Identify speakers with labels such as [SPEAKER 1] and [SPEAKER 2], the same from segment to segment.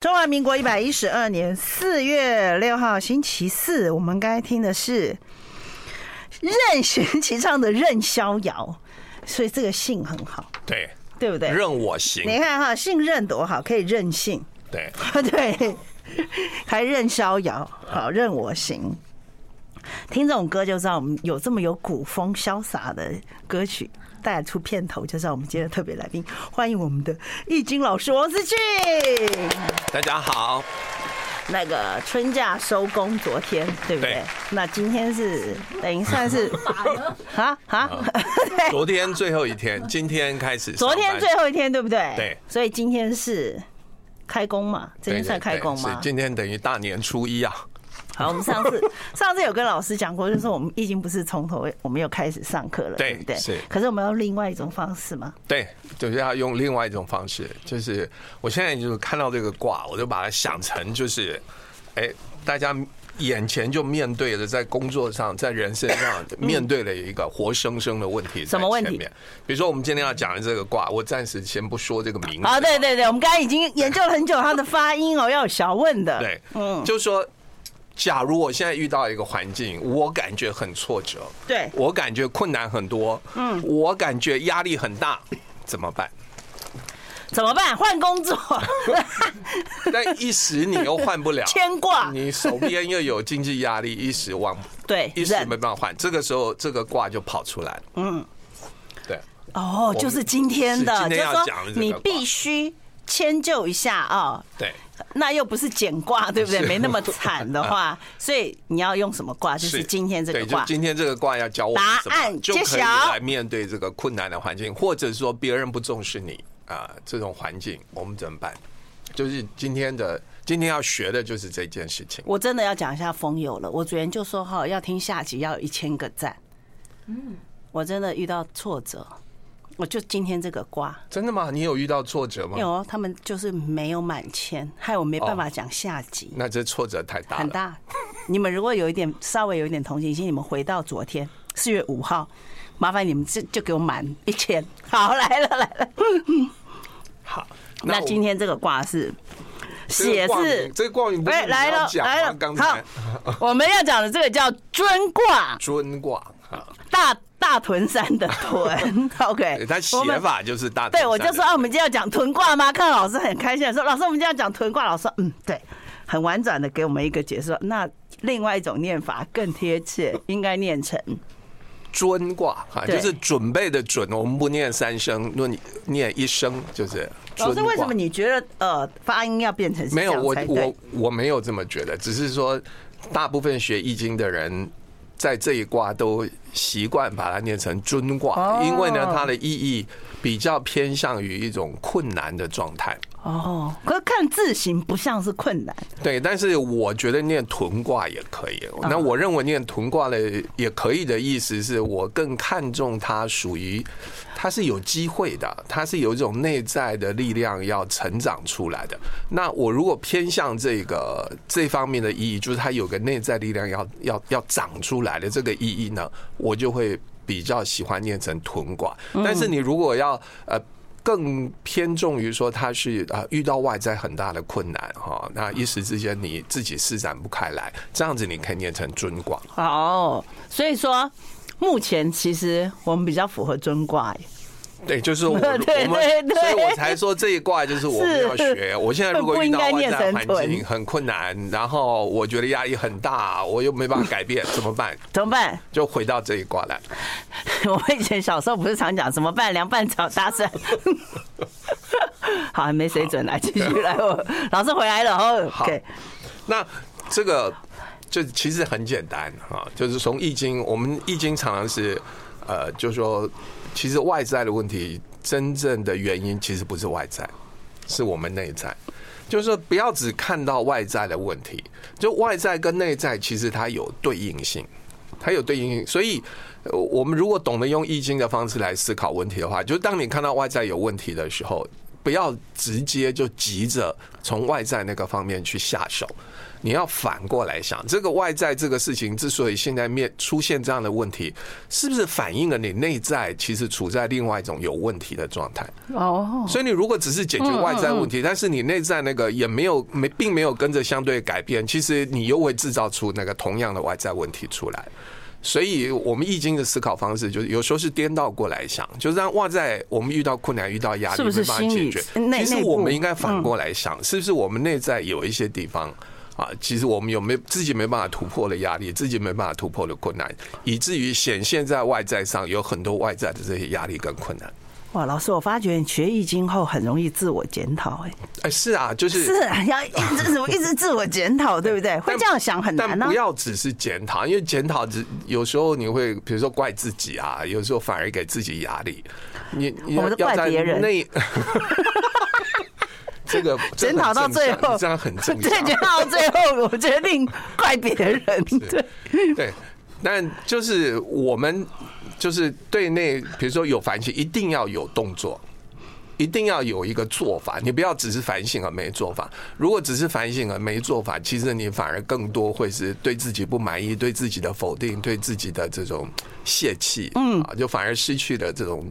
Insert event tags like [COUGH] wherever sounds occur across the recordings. [SPEAKER 1] 中华民国一百一十二年四月六号星期四，我们该听的是任贤齐唱的《任逍遥》，所以这个姓很好，
[SPEAKER 2] 对，
[SPEAKER 1] 对不对？
[SPEAKER 2] 任我行，
[SPEAKER 1] 你看哈，姓任多好，可以任性， [LAUGHS]
[SPEAKER 2] 对，
[SPEAKER 1] 对，还任逍遥，好任我行。听这种歌就知道我们有这么有古风潇洒的歌曲带出片头，就知道我们今天的特别来宾，欢迎我们的易经老师王思俊。
[SPEAKER 2] 大家好，
[SPEAKER 1] 那个春假收工，昨天对不对？
[SPEAKER 2] 对
[SPEAKER 1] 那今天是等于算
[SPEAKER 2] [LAUGHS]
[SPEAKER 1] 是啊啊，对，
[SPEAKER 2] 昨天最后一天，今天开始
[SPEAKER 1] [LAUGHS]
[SPEAKER 2] 上
[SPEAKER 1] 昨
[SPEAKER 2] 班，
[SPEAKER 1] 天最后一天对不对？
[SPEAKER 2] 对
[SPEAKER 1] 所以今天是开工嘛？今
[SPEAKER 2] 对
[SPEAKER 1] 天算
[SPEAKER 2] 对
[SPEAKER 1] 开
[SPEAKER 2] 对
[SPEAKER 1] 工吗？
[SPEAKER 2] 是今天等于大年初一啊，
[SPEAKER 1] 好，我们上
[SPEAKER 2] [LAUGHS]
[SPEAKER 1] 次上次有跟老师讲过，就是我们已经不是从头，我们又开始上课了，
[SPEAKER 2] 对
[SPEAKER 1] 对不对？
[SPEAKER 2] 是
[SPEAKER 1] 可是我们要另外一种方式嘛？
[SPEAKER 2] 对，就是要用另外一种方式，就是我现在就是看到这个卦，我就把它想成就是，哎，大家。眼前就面对的，在工作上，在人身上面对了一个活生生的问题。
[SPEAKER 1] 嗯什么问题？
[SPEAKER 2] 比如说我们今天要讲的这个卦，我暂时先不说这个名字。
[SPEAKER 1] 啊，对对对，我们刚才已经研究了很久它的发音哦，要有小问的。
[SPEAKER 2] 对，
[SPEAKER 1] 嗯
[SPEAKER 2] 嗯，就是说，假如我现在遇到一个环境，我感觉很挫折，
[SPEAKER 1] 对
[SPEAKER 2] 我感觉困难很多，嗯，我感觉压力很大，怎么 [LAUGHS] 办？
[SPEAKER 1] 怎么办？换工
[SPEAKER 2] [LAUGHS]
[SPEAKER 1] 作，，
[SPEAKER 2] 但一时你又换不了 [LAUGHS]
[SPEAKER 1] 牵挂
[SPEAKER 2] 你手边又有经济压力，一时忘，
[SPEAKER 1] 对，
[SPEAKER 2] 一时
[SPEAKER 1] 忍
[SPEAKER 2] 没办法换，这个时候这个卦就跑出来了，嗯，对，
[SPEAKER 1] 哦，就是今天的，
[SPEAKER 2] 是今天要
[SPEAKER 1] 就是
[SPEAKER 2] 讲的
[SPEAKER 1] 说
[SPEAKER 2] 这个
[SPEAKER 1] 你
[SPEAKER 2] 卦
[SPEAKER 1] 必须迁就一下啊、
[SPEAKER 2] 对。
[SPEAKER 1] 那又不是简
[SPEAKER 2] [LAUGHS]
[SPEAKER 1] 卦，对不对？
[SPEAKER 2] 是
[SPEAKER 1] 没那么惨的
[SPEAKER 2] [LAUGHS]
[SPEAKER 1] 话，所以你要用什么卦？就是今天这个
[SPEAKER 2] 对
[SPEAKER 1] 卦
[SPEAKER 2] 就。今天这个卦要教我们
[SPEAKER 1] 答
[SPEAKER 2] 什么
[SPEAKER 1] 案
[SPEAKER 2] 就
[SPEAKER 1] 揭
[SPEAKER 2] 可以
[SPEAKER 1] 晓
[SPEAKER 2] 来面对这个困难的环境，或者说别人不重视你啊、这种环境，我们怎么办？就是今天的今天要学的就是这件事情。
[SPEAKER 1] 我真的要讲一下风友了。我昨天就说哈，要听下集要有一千个赞。我真的遇到挫折，我就今天这个卦，
[SPEAKER 2] 真的吗？你有遇到挫折吗
[SPEAKER 1] 因为？哦他们就是没有满千，害我没办法讲下集。
[SPEAKER 2] 那这挫折太大了。
[SPEAKER 1] 很大。你们如果有一点稍微有一点同情心，你们回到昨天四月五号，麻烦你们这就给我满一千。 [LAUGHS] 好，来了来了。
[SPEAKER 2] 好，
[SPEAKER 1] 那
[SPEAKER 2] 我
[SPEAKER 1] 今天这个卦是写
[SPEAKER 2] 这个卦
[SPEAKER 1] 是
[SPEAKER 2] 名，这个卦名不
[SPEAKER 1] 哎
[SPEAKER 2] 是
[SPEAKER 1] 来了来
[SPEAKER 2] 来
[SPEAKER 1] 了
[SPEAKER 2] 了，刚，
[SPEAKER 1] 好
[SPEAKER 2] 才，
[SPEAKER 1] 我们要讲的这个叫尊卦，
[SPEAKER 2] 尊卦啊，
[SPEAKER 1] 大大屯山的
[SPEAKER 2] [LAUGHS]
[SPEAKER 1] 屯，OK，
[SPEAKER 2] 对它写
[SPEAKER 1] 哎我们
[SPEAKER 2] 法就是大屯
[SPEAKER 1] 对，
[SPEAKER 2] 山
[SPEAKER 1] 我就说
[SPEAKER 2] 的
[SPEAKER 1] 啊，我们今天要讲屯卦吗？看到老师很开心的说，老师，我们今天要讲屯卦。老师说，嗯，对，很婉转的给我们一个解释。那另外一种念法更贴切，应该念 [LAUGHS] 成
[SPEAKER 2] 尊卦啊，
[SPEAKER 1] 对
[SPEAKER 2] 就是准备的准，我们不念三声，论念一声，就是尊
[SPEAKER 1] 老
[SPEAKER 2] 卦。
[SPEAKER 1] 师为什么你觉得呃发音要变成是
[SPEAKER 2] 没有，
[SPEAKER 1] 这样
[SPEAKER 2] 我
[SPEAKER 1] 才对
[SPEAKER 2] 我我没有这么觉得，只是说大部分学易经的人。在这一卦都习惯把它念成尊卦，
[SPEAKER 1] 哦
[SPEAKER 2] 因为呢，它的意义比较偏向于一种困难的状态。
[SPEAKER 1] 哦，可是看字形不像是困难
[SPEAKER 2] [LAUGHS] 对，但是我觉得念屯卦也可以。那我认为念屯卦的也可以的意思是我更看重它属于，它是有机会的，它是有一种内在的力量要成长出来的。那我如果偏向这个这方面的意义，就是它有个内在力量要要要长出来的这个意义呢，我就会比较喜欢念成屯卦。但是你如果要呃。更偏重于说他是啊遇到外在很大的困难哈，那一时之间你自己施展不开来，这样子你可以念成尊卦。
[SPEAKER 1] 哦，所以说。目前其实我们比较符合尊卦耶，
[SPEAKER 2] 对，就是
[SPEAKER 1] [LAUGHS]
[SPEAKER 2] 我
[SPEAKER 1] 对
[SPEAKER 2] 我
[SPEAKER 1] 对
[SPEAKER 2] 们，
[SPEAKER 1] 对
[SPEAKER 2] 所以我才说这一卦就是我们要学。我现在如果遇到
[SPEAKER 1] 不
[SPEAKER 2] 外
[SPEAKER 1] 应该
[SPEAKER 2] 在
[SPEAKER 1] 念成
[SPEAKER 2] 环
[SPEAKER 1] 屯
[SPEAKER 2] 境很困难，然后我觉得压力很大，我又没办法改变，怎么办？
[SPEAKER 1] 怎么办？
[SPEAKER 2] 就回到这一卦来。
[SPEAKER 1] [LAUGHS] 我们以前小时候不是常讲怎么办？凉拌炒大蒜。 [LAUGHS] 好，还没水准来，啊继续来。
[SPEAKER 2] [LAUGHS]
[SPEAKER 1] 我老师回来了哦。
[SPEAKER 2] 好
[SPEAKER 1] OK，
[SPEAKER 2] 那这个就其实很简单啊，就是从易经，我们易经常常是呃，就说其实外在的问题，真正的原因其实不是外在，是我们内在。就是说，不要只看到外在的问题，就外在跟内在其实它有对应性，它有对应性。所以，呃我们如果懂得用易经的方式来思考问题的话，就是当你看到外在有问题的时候，不要直接就急着从外在那个方面去下手，你要反过来想，这个外在这个事情之所以现在面出现这样的问题，是不是反映了你内在其实处在另外一种有问题的状态？
[SPEAKER 1] 哦，
[SPEAKER 2] 所以你如果只是解决外在问
[SPEAKER 1] 嗯
[SPEAKER 2] 题，但是你内在那个也没有没并没有跟着相对改变，其实你又会制造出那个同样的外在问题出来。所以，我们易经的思考方式就是有时候是颠倒过来想，就是让外在我们遇到困难、遇到压力
[SPEAKER 1] 是
[SPEAKER 2] 没
[SPEAKER 1] 不是
[SPEAKER 2] 办法解决。
[SPEAKER 1] 心理内
[SPEAKER 2] 其实
[SPEAKER 1] 内部嗯
[SPEAKER 2] 我们应该反过来想，是不是我们内在有一些地方啊，其实我们有没有自己没办法突破的压力，自己没办法突破的困难，以至于显现在外在上有很多外在的这些压力跟困难。
[SPEAKER 1] 哇，老师，我发觉你学易经后很容易自我检讨，哎，
[SPEAKER 2] 哎，是啊，就是
[SPEAKER 1] 是啊，要一直怎么一直自我检
[SPEAKER 2] [LAUGHS]
[SPEAKER 1] 讨，对不对？会
[SPEAKER 2] 但
[SPEAKER 1] 这样想很难啊
[SPEAKER 2] 但
[SPEAKER 1] 呢
[SPEAKER 2] 不。要只是检讨，因为检讨只有时候你会，比如说怪自己啊，有时候反而给自己压力。你你
[SPEAKER 1] 我们都怪
[SPEAKER 2] 要在
[SPEAKER 1] 别人 [LAUGHS]
[SPEAKER 2] 内，这个这
[SPEAKER 1] 检讨到
[SPEAKER 2] 很正
[SPEAKER 1] 最
[SPEAKER 2] 常
[SPEAKER 1] 后，
[SPEAKER 2] 这样很正
[SPEAKER 1] 对，
[SPEAKER 2] 常。
[SPEAKER 1] 检讨到最后，我决定怪别人。
[SPEAKER 2] [LAUGHS]
[SPEAKER 1] 对，
[SPEAKER 2] 对，但就是我们就是对内，比如说有反省，一定要有动作，一定要有一个做法。你不要只是反省而没做法。如果只是反省而没做法，其实你反而更多会是对自己不满意，对自己的否定，对自己的这种泄气，嗯，啊，就反而失去了这种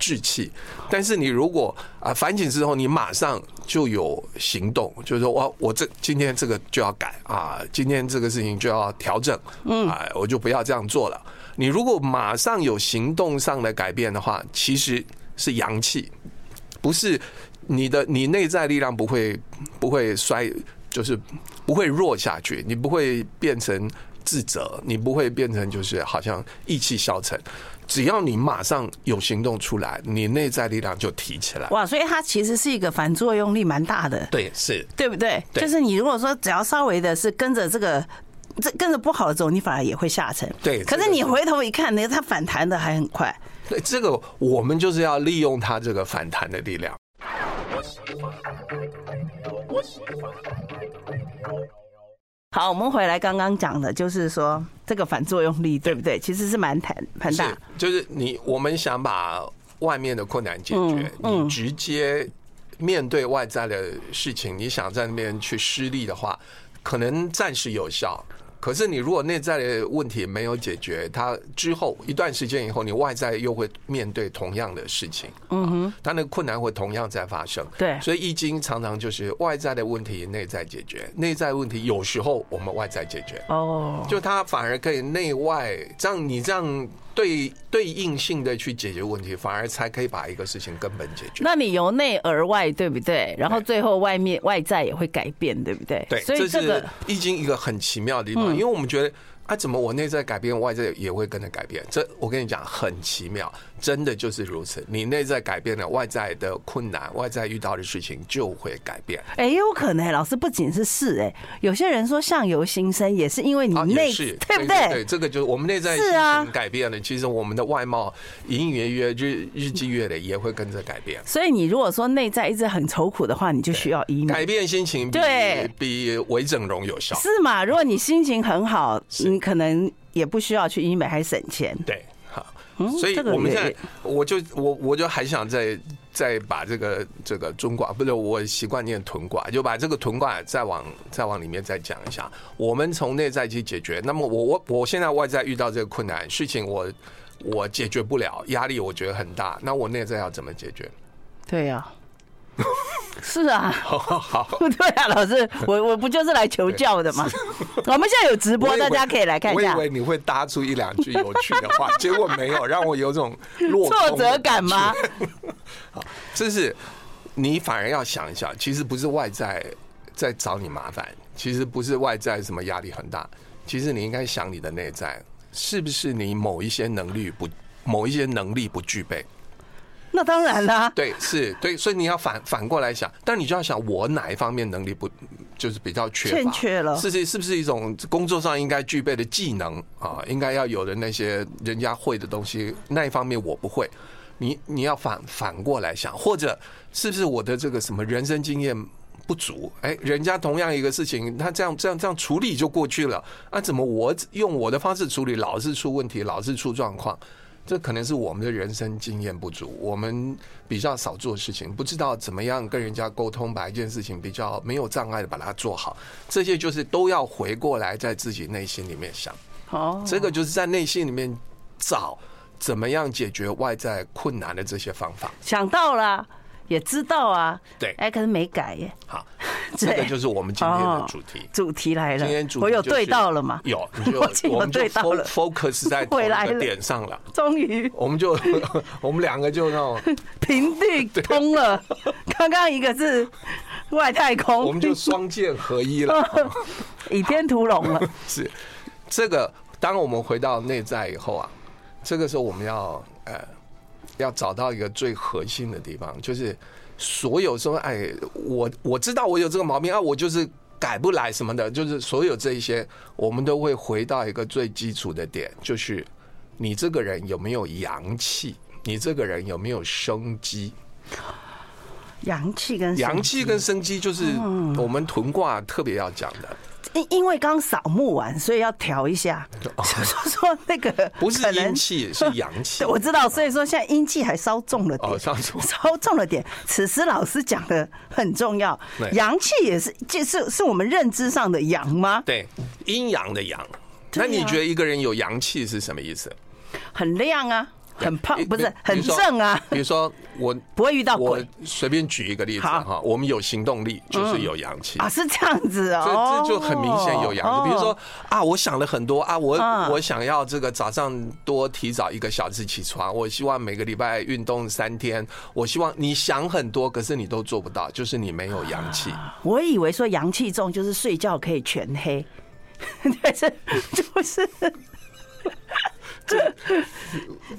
[SPEAKER 2] 志气。但是你如果啊反省之后，你马上就有行动，就是说哇，我这今天这个就要改啊，今天这个事情就要调整，嗯，啊，我就不要这样做了。你如果马上有行动上的改变的话，其实是阳气，不是你的你内在力量不会不会衰，就是不会弱下去，你不会变成自责，你不会变成就是好像意气消沉。只要你马上有行动出来，你内在力量就提起来。
[SPEAKER 1] 哇，所以它其实是一个反作用力蛮大的，
[SPEAKER 2] 对，是
[SPEAKER 1] 对不对？
[SPEAKER 2] 对
[SPEAKER 1] 就是你如果说只要稍微的是跟着这个。这跟着不好的走，你反而也会下沉。
[SPEAKER 2] 对
[SPEAKER 1] 可
[SPEAKER 2] 这
[SPEAKER 1] 是
[SPEAKER 2] 个
[SPEAKER 1] 你
[SPEAKER 2] 是
[SPEAKER 1] 回头一看，那它反弹的还很快。
[SPEAKER 2] 对这个，我们就是要利用它这个反弹的力量。
[SPEAKER 1] 好，我们回来刚刚讲的，就是说这个反作用力，对不对？其实是蛮弹蛮
[SPEAKER 2] 是
[SPEAKER 1] 大。，
[SPEAKER 2] 就是你我们想把外面的困难解决，你直接面对外在的事情，你想在那边去施力的话，可能暂时有效。可是你如果内在的问题没有解决，它之后一段时间以后，你外在又会面对同样的事情，嗯哼，它那个困难会同样在发生。
[SPEAKER 1] 对
[SPEAKER 2] 所以易经常常就是外在的问题内在解决，内在问题有时候我们外在解决，
[SPEAKER 1] 哦，
[SPEAKER 2] 就它反而可以内外，这样你这样对对应性的去解决问题，反而才可以把一个事情根本解决。
[SPEAKER 1] 那你由内而外，对不对？然后最后外面外在也会改变，对不对？
[SPEAKER 2] 对，
[SPEAKER 1] 所以这
[SPEAKER 2] 是
[SPEAKER 1] 个嗯
[SPEAKER 2] 易经一个很奇妙的地方，因为我们觉得啊，怎么我内在改变，外在也会跟着改变？这我跟你讲很奇妙，真的就是如此。你内在改变了，外在的困难，外在遇到的事情就会改变。
[SPEAKER 1] 哎，也有可能、老师不仅是是哎、有些人说相由心生，也是因为你
[SPEAKER 2] 啊，
[SPEAKER 1] 内、
[SPEAKER 2] 也是
[SPEAKER 1] 对不
[SPEAKER 2] 对
[SPEAKER 1] 对？
[SPEAKER 2] 这个就是我们内在
[SPEAKER 1] 是
[SPEAKER 2] 心
[SPEAKER 1] 啊
[SPEAKER 2] 情改变了，其实我们的外貌隐隐约约、日日积月累也会跟着改变。
[SPEAKER 1] 所以你如果说内在一直很愁苦的话，你就需要医美
[SPEAKER 2] 改。变心情比
[SPEAKER 1] 嗯对
[SPEAKER 2] 比微整容有效。
[SPEAKER 1] 是嘛？如果你心情很好，你可能也不需要去医美，还省钱。
[SPEAKER 2] 对，好
[SPEAKER 1] 嗯，
[SPEAKER 2] 所以
[SPEAKER 1] 这个
[SPEAKER 2] 我们
[SPEAKER 1] 也
[SPEAKER 2] 现在，我就我我就还想再再把这个这个中卦，不是我习惯念屯卦，就把这个屯卦再往再往里面再讲一下。我们从内在去解决。那么我我我现在外在遇到这个困难事情我，我解决不了，压力我觉得很大，那我内在要怎么解决？ [LAUGHS]
[SPEAKER 1] 对呀、 [LAUGHS] 是啊， [LAUGHS]
[SPEAKER 2] 好好。
[SPEAKER 1] 对啊，老师，我我不就是来求教的吗？我们现在有直播，
[SPEAKER 2] 我以
[SPEAKER 1] 大
[SPEAKER 2] 为
[SPEAKER 1] 家可以来看一下
[SPEAKER 2] 我以。为你会搭出一两句有趣的
[SPEAKER 1] [LAUGHS]
[SPEAKER 2] 话，结果没有，让我有种落空的
[SPEAKER 1] 挫折感吗？
[SPEAKER 2] 这是你反而要想一想，其实不是外在在找你麻烦，其实不是外在什么压力很大，其实你应该想你的内在是不是你某一些能力不某一些能力不具备。
[SPEAKER 1] 那当然啦，
[SPEAKER 2] 对，是对，所以你要反反过来想，但你就要想我哪一方面能力不就是比较缺
[SPEAKER 1] 欠
[SPEAKER 2] 乏
[SPEAKER 1] 缺了
[SPEAKER 2] 是是是不是一种工作上应该具备的技能啊？应该要有的那些人家会的东西，那一方面我不会。你你要反反过来想，或者是不是我的这个什么人生经验不足？哎，人家同样一个事情，他这样这样这样处理就过去了，啊，怎么我用我的方式处理，老是出问题，老是出状况？这可能是我们的人生经验不足，我们比较少做事情，不知道怎么样跟人家沟通，把一件事情比较没有障碍的把它做好。这些就是都要回过来在自己内心里面想，
[SPEAKER 1] 哦，
[SPEAKER 2] 这个就是在内心里面找怎么样解决外在困难的这些方法。
[SPEAKER 1] 想到了，也知道啊，
[SPEAKER 2] 对
[SPEAKER 1] 哎，可是没改耶。
[SPEAKER 2] 好，这个就是我们今天的主题。
[SPEAKER 1] 主题来了，
[SPEAKER 2] 今天主
[SPEAKER 1] 哦
[SPEAKER 2] 题
[SPEAKER 1] 我有
[SPEAKER 2] 就是
[SPEAKER 1] 对到了嘛？
[SPEAKER 2] 有，你
[SPEAKER 1] [LAUGHS]
[SPEAKER 2] 就
[SPEAKER 1] 我就有
[SPEAKER 2] 我们就
[SPEAKER 1] 对到
[SPEAKER 2] fo-
[SPEAKER 1] 了
[SPEAKER 2] focus 在同
[SPEAKER 1] 回
[SPEAKER 2] 一
[SPEAKER 1] 来
[SPEAKER 2] 个
[SPEAKER 1] 了
[SPEAKER 2] 点上了，
[SPEAKER 1] 终于
[SPEAKER 2] 我们就 [LAUGHS] 我们两个就那种。
[SPEAKER 1] [LAUGHS] 平
[SPEAKER 2] [LAUGHS]
[SPEAKER 1] 地通了。刚刚一个是外太空，
[SPEAKER 2] 我们就双剑合一
[SPEAKER 1] [LAUGHS]
[SPEAKER 2] 了。
[SPEAKER 1] 倚天屠龙了。
[SPEAKER 2] 是这个，当我们回到内在以后啊，这个时候我们要呃，要找到一个最核心的地方，就是所有说哎，我我知道我有这个毛病啊，我就是改不来什么的，就是所有这一些，我们都会回到一个最基础的点，就是你这个人有没有阳气。你这个人有没有生机？
[SPEAKER 1] 阳气跟什么
[SPEAKER 2] 阳气跟生机就是
[SPEAKER 1] 嗯
[SPEAKER 2] 我们屯卦特别要讲的。
[SPEAKER 1] 因因为刚扫墓完，所以要调一下，就说说那个
[SPEAKER 2] 哦不是
[SPEAKER 1] 可能
[SPEAKER 2] 阴气，是阳气。
[SPEAKER 1] 对 [LAUGHS] 我知道，所以说现在阴气还稍重了点
[SPEAKER 2] 哦，，上次
[SPEAKER 1] 稍重了点。此时老师讲的很重要
[SPEAKER 2] 对，
[SPEAKER 1] 阳气也是，就是是我们认知上的阳吗？
[SPEAKER 2] 对阴阳的阳。
[SPEAKER 1] 对
[SPEAKER 2] 那
[SPEAKER 1] 啊
[SPEAKER 2] 你觉得一个人有阳气是什么意思？
[SPEAKER 1] 很亮啊，很胖
[SPEAKER 2] 比
[SPEAKER 1] 不是
[SPEAKER 2] 比
[SPEAKER 1] 很
[SPEAKER 2] 比如说
[SPEAKER 1] 正啊，
[SPEAKER 2] 比如说我，
[SPEAKER 1] 不会遇到
[SPEAKER 2] 我
[SPEAKER 1] 鬼
[SPEAKER 2] 随便举一个例子
[SPEAKER 1] 好
[SPEAKER 2] 哈，我们有行动力就是有阳气。
[SPEAKER 1] 啊，是这样子
[SPEAKER 2] 这
[SPEAKER 1] 哦，
[SPEAKER 2] 这就很明显有阳气，比如说啊，我想了很多啊，我
[SPEAKER 1] 啊
[SPEAKER 2] 我想要这个早上多提早一个小时起床，我希望每个礼拜运动三天，我希望你想很多，可是你都做不到，就是你没有阳气。
[SPEAKER 1] 哦，我以为说阳气重就是睡觉可以全黑， [LAUGHS] 但是
[SPEAKER 2] [LAUGHS]
[SPEAKER 1] 就是。 [LAUGHS]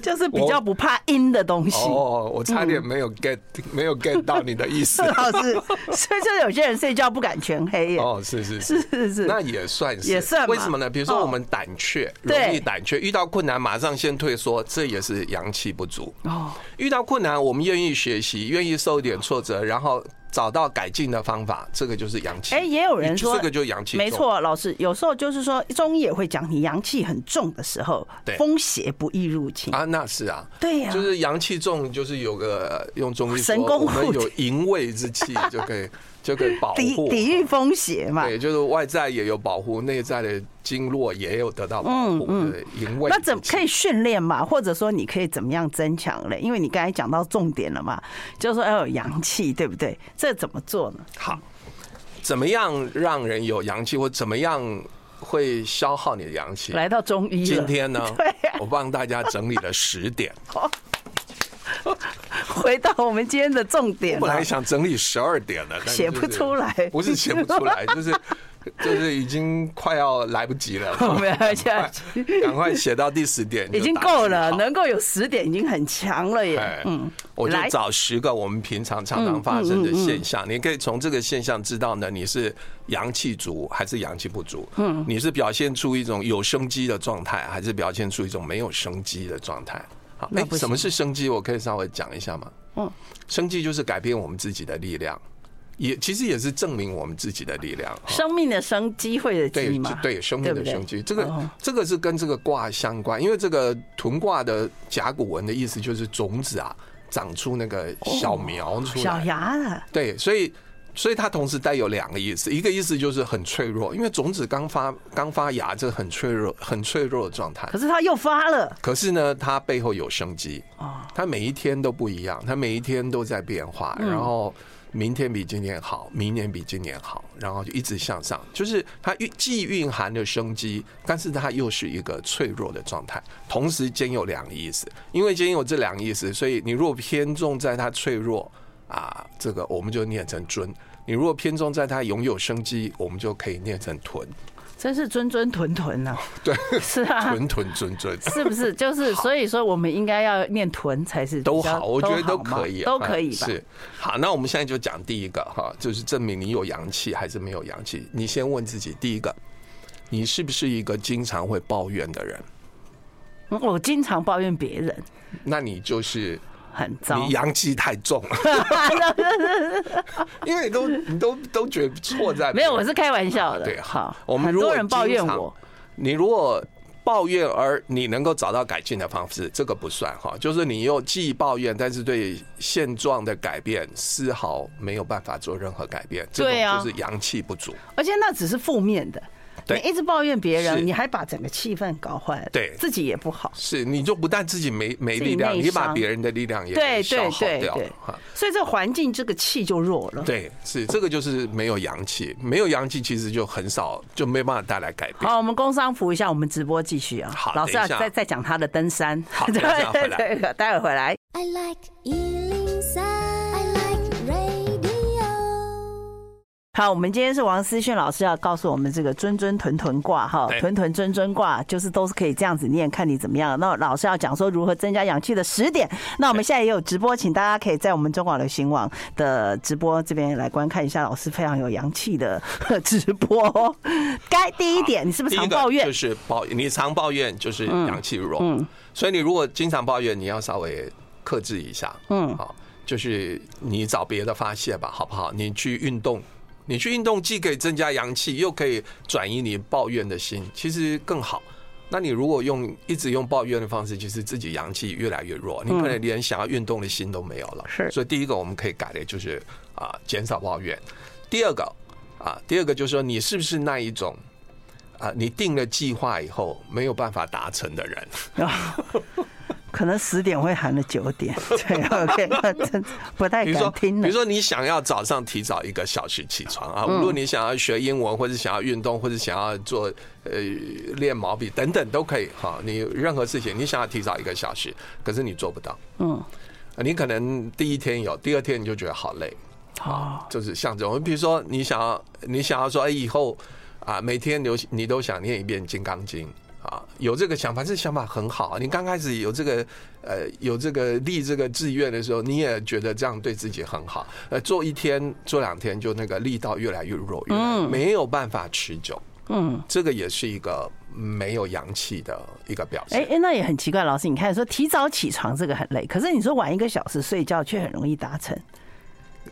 [SPEAKER 1] 就是比较不怕阴的东西，
[SPEAKER 2] 哦，我差点没有 get 没
[SPEAKER 1] 嗯
[SPEAKER 2] 有 get 到你的
[SPEAKER 1] [LAUGHS]
[SPEAKER 2] 意思
[SPEAKER 1] 是。 [LAUGHS] 老师，所以就有些人睡觉不敢全黑耶。
[SPEAKER 2] 哦，是是
[SPEAKER 1] 是是是
[SPEAKER 2] 那也算是，
[SPEAKER 1] 也算嘛
[SPEAKER 2] 为什么呢？比如说
[SPEAKER 1] 哦
[SPEAKER 2] 我们胆怯，
[SPEAKER 1] 对
[SPEAKER 2] 容易胆怯，遇到困难马上先退缩，这也是阳气不足。
[SPEAKER 1] 哦，
[SPEAKER 2] 遇到困难，我们愿意学习，愿意受一点挫折，然后找到改进的方法，这个就是阳气。
[SPEAKER 1] 哎，也有人说
[SPEAKER 2] 这个就阳气，
[SPEAKER 1] 没。错，老师有时候就是说，中医也会讲，你阳气很重的时候
[SPEAKER 2] 对，
[SPEAKER 1] 风邪不易入侵。
[SPEAKER 2] 啊，那是啊，
[SPEAKER 1] 对呀
[SPEAKER 2] 就是阳气重，就是有个用中医说，
[SPEAKER 1] 神功
[SPEAKER 2] 我们
[SPEAKER 1] 护
[SPEAKER 2] 有
[SPEAKER 1] 体
[SPEAKER 2] 营卫
[SPEAKER 1] [LAUGHS]
[SPEAKER 2] 之气，就可以就可以保
[SPEAKER 1] 抵
[SPEAKER 2] 护哦
[SPEAKER 1] 抵御风邪嘛，
[SPEAKER 2] 对，就是外在也有保护，内在的经络也有得到保护，对，营卫。
[SPEAKER 1] 嗯那怎么可以？训练嘛？或者说你可以怎么样增强嘞？因为你刚才讲到重点了嘛，就是说要有阳气，对不对？这怎么做呢？
[SPEAKER 2] 好，怎么样让人有阳气，或怎么样会消耗你的阳气？
[SPEAKER 1] 来到中医了
[SPEAKER 2] 今天呢
[SPEAKER 1] [LAUGHS] 对啊，
[SPEAKER 2] 我帮大家整理了
[SPEAKER 1] [LAUGHS]
[SPEAKER 2] 十点。
[SPEAKER 1] 回到我们今天的重点
[SPEAKER 2] 本
[SPEAKER 1] 了
[SPEAKER 2] 来。想整理十二点的，但是
[SPEAKER 1] 写不
[SPEAKER 2] 就是
[SPEAKER 1] 出来
[SPEAKER 2] 不是写不出来，就是
[SPEAKER 1] [LAUGHS]
[SPEAKER 2] 就是已经快要来不及了。
[SPEAKER 1] 我们要下
[SPEAKER 2] 赶快赶快写到第十点，
[SPEAKER 1] [LAUGHS] 已经
[SPEAKER 2] 就打字
[SPEAKER 1] 够了，
[SPEAKER 2] 好
[SPEAKER 1] 能够有十点已经很强了耶
[SPEAKER 2] 哎。，
[SPEAKER 1] 嗯，
[SPEAKER 2] 我就
[SPEAKER 1] 来嗯
[SPEAKER 2] 找十个我们平常常常发生的现象，你可以从这个现象知道呢，你是阳气足还是阳气不足？嗯，你是表现出一种有生机的状态，还是表现出一种没有生机的状态？好，
[SPEAKER 1] 那
[SPEAKER 2] 哎，
[SPEAKER 1] 不行
[SPEAKER 2] 什么是生机？我可以稍微讲一下吗？
[SPEAKER 1] 嗯，
[SPEAKER 2] 生机就是改变我们自己的力量，也其实也是证明我们自己的力量。哈
[SPEAKER 1] 生命的生，机会的
[SPEAKER 2] 对
[SPEAKER 1] 机嘛，
[SPEAKER 2] 对，生命
[SPEAKER 1] 对
[SPEAKER 2] 的
[SPEAKER 1] 不对
[SPEAKER 2] 生机，这个
[SPEAKER 1] 哦
[SPEAKER 2] 这个是跟这个卦相关，因为这个屯卦的甲骨文的意思就是种子啊，长出那个小苗出
[SPEAKER 1] 哦小啊
[SPEAKER 2] 来，
[SPEAKER 1] 芽了，
[SPEAKER 2] 对，所以。所以它同时带有两个意思，一个意思就是很脆弱，因为种子刚发刚发芽，这很脆弱、很脆弱的状态
[SPEAKER 1] 可。是它又发了，
[SPEAKER 2] 可是呢，它背后有生机
[SPEAKER 1] 哦，
[SPEAKER 2] 它每一天都不一样，它每一天都在变化，然后明天比今天好，明年比今年好，然后就一直向上，就是它蕴既蕴含着生机，但是它又是一个脆弱的状态，同时兼有两个意思，因为兼有这两个意思，所以你如果偏重在它脆弱啊，这个我们就念成尊；你如果偏重在它拥有生机，我们就可以念成屯，
[SPEAKER 1] 真是尊尊屯屯呐。
[SPEAKER 2] [LAUGHS] 对，
[SPEAKER 1] 是啊，
[SPEAKER 2] 屯屯尊尊。
[SPEAKER 1] 是不是？就是所以说，我们应该要念屯才是比较
[SPEAKER 2] 都好，我觉得都
[SPEAKER 1] 好嘛
[SPEAKER 2] 可以，
[SPEAKER 1] 都可以
[SPEAKER 2] 嗯
[SPEAKER 1] 吧？
[SPEAKER 2] 是好，那我们现在就讲第一个哈，就是证明你有阳气还是没有阳气。你先问自己，第一个，你是不是一个经常会抱怨的人？
[SPEAKER 1] 嗯我经常抱怨别人
[SPEAKER 2] 那你就是
[SPEAKER 1] 很糟
[SPEAKER 2] 你，阳气太重
[SPEAKER 1] [LAUGHS]
[SPEAKER 2] 了， [LAUGHS] 因为你都你都都觉得错在别人
[SPEAKER 1] 没有，我是开玩笑的。
[SPEAKER 2] 对
[SPEAKER 1] 好，
[SPEAKER 2] 我们
[SPEAKER 1] 很
[SPEAKER 2] 如果
[SPEAKER 1] 多人抱怨
[SPEAKER 2] 经常
[SPEAKER 1] 我，
[SPEAKER 2] 你如果抱怨而你能够找到改进的方式，这个不算哈。就是你又既抱怨，但是对现状的改变丝毫没有办法做任何改变，这
[SPEAKER 1] 对啊
[SPEAKER 2] 种就是阳气不足。
[SPEAKER 1] 而且那只是负面的。你
[SPEAKER 2] 对
[SPEAKER 1] 一直抱怨别
[SPEAKER 2] 是
[SPEAKER 1] 人，你还把整个气氛搞坏了，
[SPEAKER 2] 对
[SPEAKER 1] 自己也不好。
[SPEAKER 2] 是你就不但自己没没力量，
[SPEAKER 1] 自己内
[SPEAKER 2] 你把
[SPEAKER 1] 伤
[SPEAKER 2] 别人的力量也
[SPEAKER 1] 对
[SPEAKER 2] 给
[SPEAKER 1] 对
[SPEAKER 2] 消耗
[SPEAKER 1] 对
[SPEAKER 2] 掉
[SPEAKER 1] 对
[SPEAKER 2] 哈。，
[SPEAKER 1] 所以这环境这个气就弱了。
[SPEAKER 2] 对，是这个就是没有阳气，没有阳气其实就很少，就没办法带来改变。
[SPEAKER 1] 好，我们工商服一下，我们直播继续啊。
[SPEAKER 2] 好
[SPEAKER 1] 老师
[SPEAKER 2] 等
[SPEAKER 1] 要
[SPEAKER 2] 一下
[SPEAKER 1] 再再讲他的登山。
[SPEAKER 2] 好
[SPEAKER 1] 对
[SPEAKER 2] 等一下回来
[SPEAKER 1] [LAUGHS] 对对，待会儿回来。
[SPEAKER 3] I like Ealing Sound. I like radio.
[SPEAKER 1] 好，我们今天是王思炫老师要告诉我们这个尊尊屯屯卦哈，
[SPEAKER 2] 对
[SPEAKER 1] 屯屯尊尊卦就是都是可以这样子念，看你怎么样。那老师要讲说如何增加氧气的十点。那我们现在也有直播，请大家可以在我们中广流行网的直播这边来观看一下老师非常有阳气的 [LAUGHS] 直播。该第一点，你是不是
[SPEAKER 2] 第一
[SPEAKER 1] 常
[SPEAKER 2] 个
[SPEAKER 1] 抱怨嗯
[SPEAKER 2] 就？是抱怨，你常抱怨就是阳气弱，所以你如果经常抱怨，你要稍微克制一下，嗯，好，就是你找别的发泄吧，好不好？你去运动，你去运动既可以增加阳气，又可以转移你抱怨的心，其实更好。那你如果用一直用抱怨的方式，其实自己阳气越来越弱，你可能连想要运动的心都没有了。
[SPEAKER 1] 是
[SPEAKER 2] 所以第一个我们可以改的就是啊，减少抱怨。第二个啊，第二个就是说你是不是那一种啊，你定了计划以后没有办法达成的人，
[SPEAKER 1] 可能十点会喊了九点， [LAUGHS] 对，OK，那
[SPEAKER 2] [LAUGHS]
[SPEAKER 1] 真不太
[SPEAKER 2] 比如
[SPEAKER 1] 敢
[SPEAKER 2] 说，
[SPEAKER 1] 听
[SPEAKER 2] 比
[SPEAKER 1] 了嗯
[SPEAKER 2] 如。说你想要早上提早一个小时起床啊，无论你想要学英文，或者想要运动，或者想要做呃练毛笔等等都可以哈。你任何事情你想要提早一个小时，可是你做不到，嗯，你可能第一天有，第二天你就觉得好累，啊，就是像这种，比如说你想要你想要说，哎，以后啊，每天留你都想念一遍《金刚经》。啊，有这个想法，这想法很好。啊你刚开始有这个，呃，有这个立这个志愿的时候，你也觉得这样对自己很好。呃，做一天、做两天，就那个力道越来越弱，越来
[SPEAKER 1] 嗯
[SPEAKER 2] 越没有办法持久。嗯，这个也是一个没有阳气的一个表
[SPEAKER 1] 哎、
[SPEAKER 2] 现。
[SPEAKER 1] 哎那也很奇怪，老师，你看说提早起床这个很累，可是你说晚一个小时睡觉却很容易达成，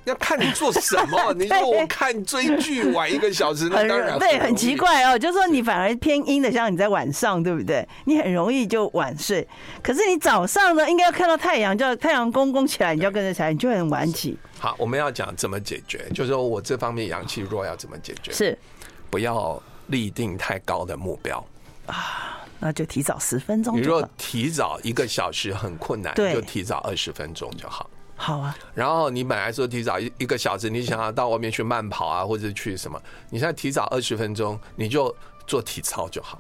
[SPEAKER 2] 要看你做什
[SPEAKER 1] [LAUGHS]
[SPEAKER 2] 么。你说我看追剧晚一个小时，那当然
[SPEAKER 1] 对，
[SPEAKER 2] 容易
[SPEAKER 1] 很奇。怪哦。就是说你反而偏阴的，像你在晚上，对不对？你很容易就晚睡，可是你早上呢，应该要看到太阳，就要太阳公公起来，你就要跟着起来，你就很晚起。
[SPEAKER 2] 好，我们要讲怎么解决，就是说我这方面阳气弱要怎么解决？
[SPEAKER 1] 是，
[SPEAKER 2] 不要立定太高的目标。
[SPEAKER 1] 哦那就提早十分钟
[SPEAKER 2] 你
[SPEAKER 1] 就
[SPEAKER 2] 若
[SPEAKER 1] 好。
[SPEAKER 2] 提早一个小时很困难，
[SPEAKER 1] 对
[SPEAKER 2] 你就提早二十分钟就好。
[SPEAKER 1] 好啊，
[SPEAKER 2] 然后你本来说提早一一个小时，你想要到外面去慢跑啊，或者去什么，你现在提早二十分钟，你就做体操就好。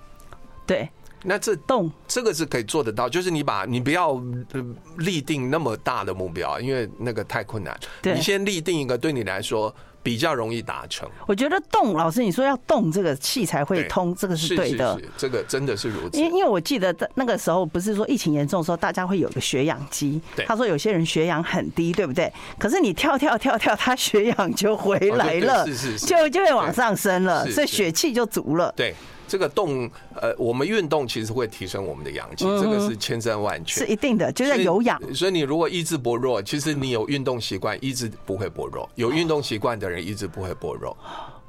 [SPEAKER 1] 对，
[SPEAKER 2] 那这
[SPEAKER 1] 动
[SPEAKER 2] 这个是可以做得到，就是你把你不要呃立定那么大的目标，因为那个太困难。
[SPEAKER 1] 对
[SPEAKER 2] 你先立定一个对你来说比较容易达成。
[SPEAKER 1] 我觉得动，老师你说要动这个气才会
[SPEAKER 2] 对
[SPEAKER 1] 通，这个是对的。
[SPEAKER 2] 是是这个真的是如此
[SPEAKER 1] 因。为因为我记得在那个时候不是说疫情严重的时候，大家会有个血氧机
[SPEAKER 2] 对。
[SPEAKER 1] 他说有些人血氧很低，对不对？可是你跳跳跳跳，他血氧就回来了，
[SPEAKER 2] 哦对对是是是
[SPEAKER 1] 就就会往上升了，
[SPEAKER 2] 对是
[SPEAKER 1] 所以
[SPEAKER 2] 是
[SPEAKER 1] 血气就足了。
[SPEAKER 2] 对，这个动呃，我们运动其实会提升我们的阳气，
[SPEAKER 1] 嗯
[SPEAKER 2] 这个是千真万确
[SPEAKER 1] 是。一定的，就在
[SPEAKER 2] 所以
[SPEAKER 1] 有氧。
[SPEAKER 2] 所以你如果意志薄弱，其实你有运动习惯，意志不会薄弱；有运动习惯的人，意志不会薄弱。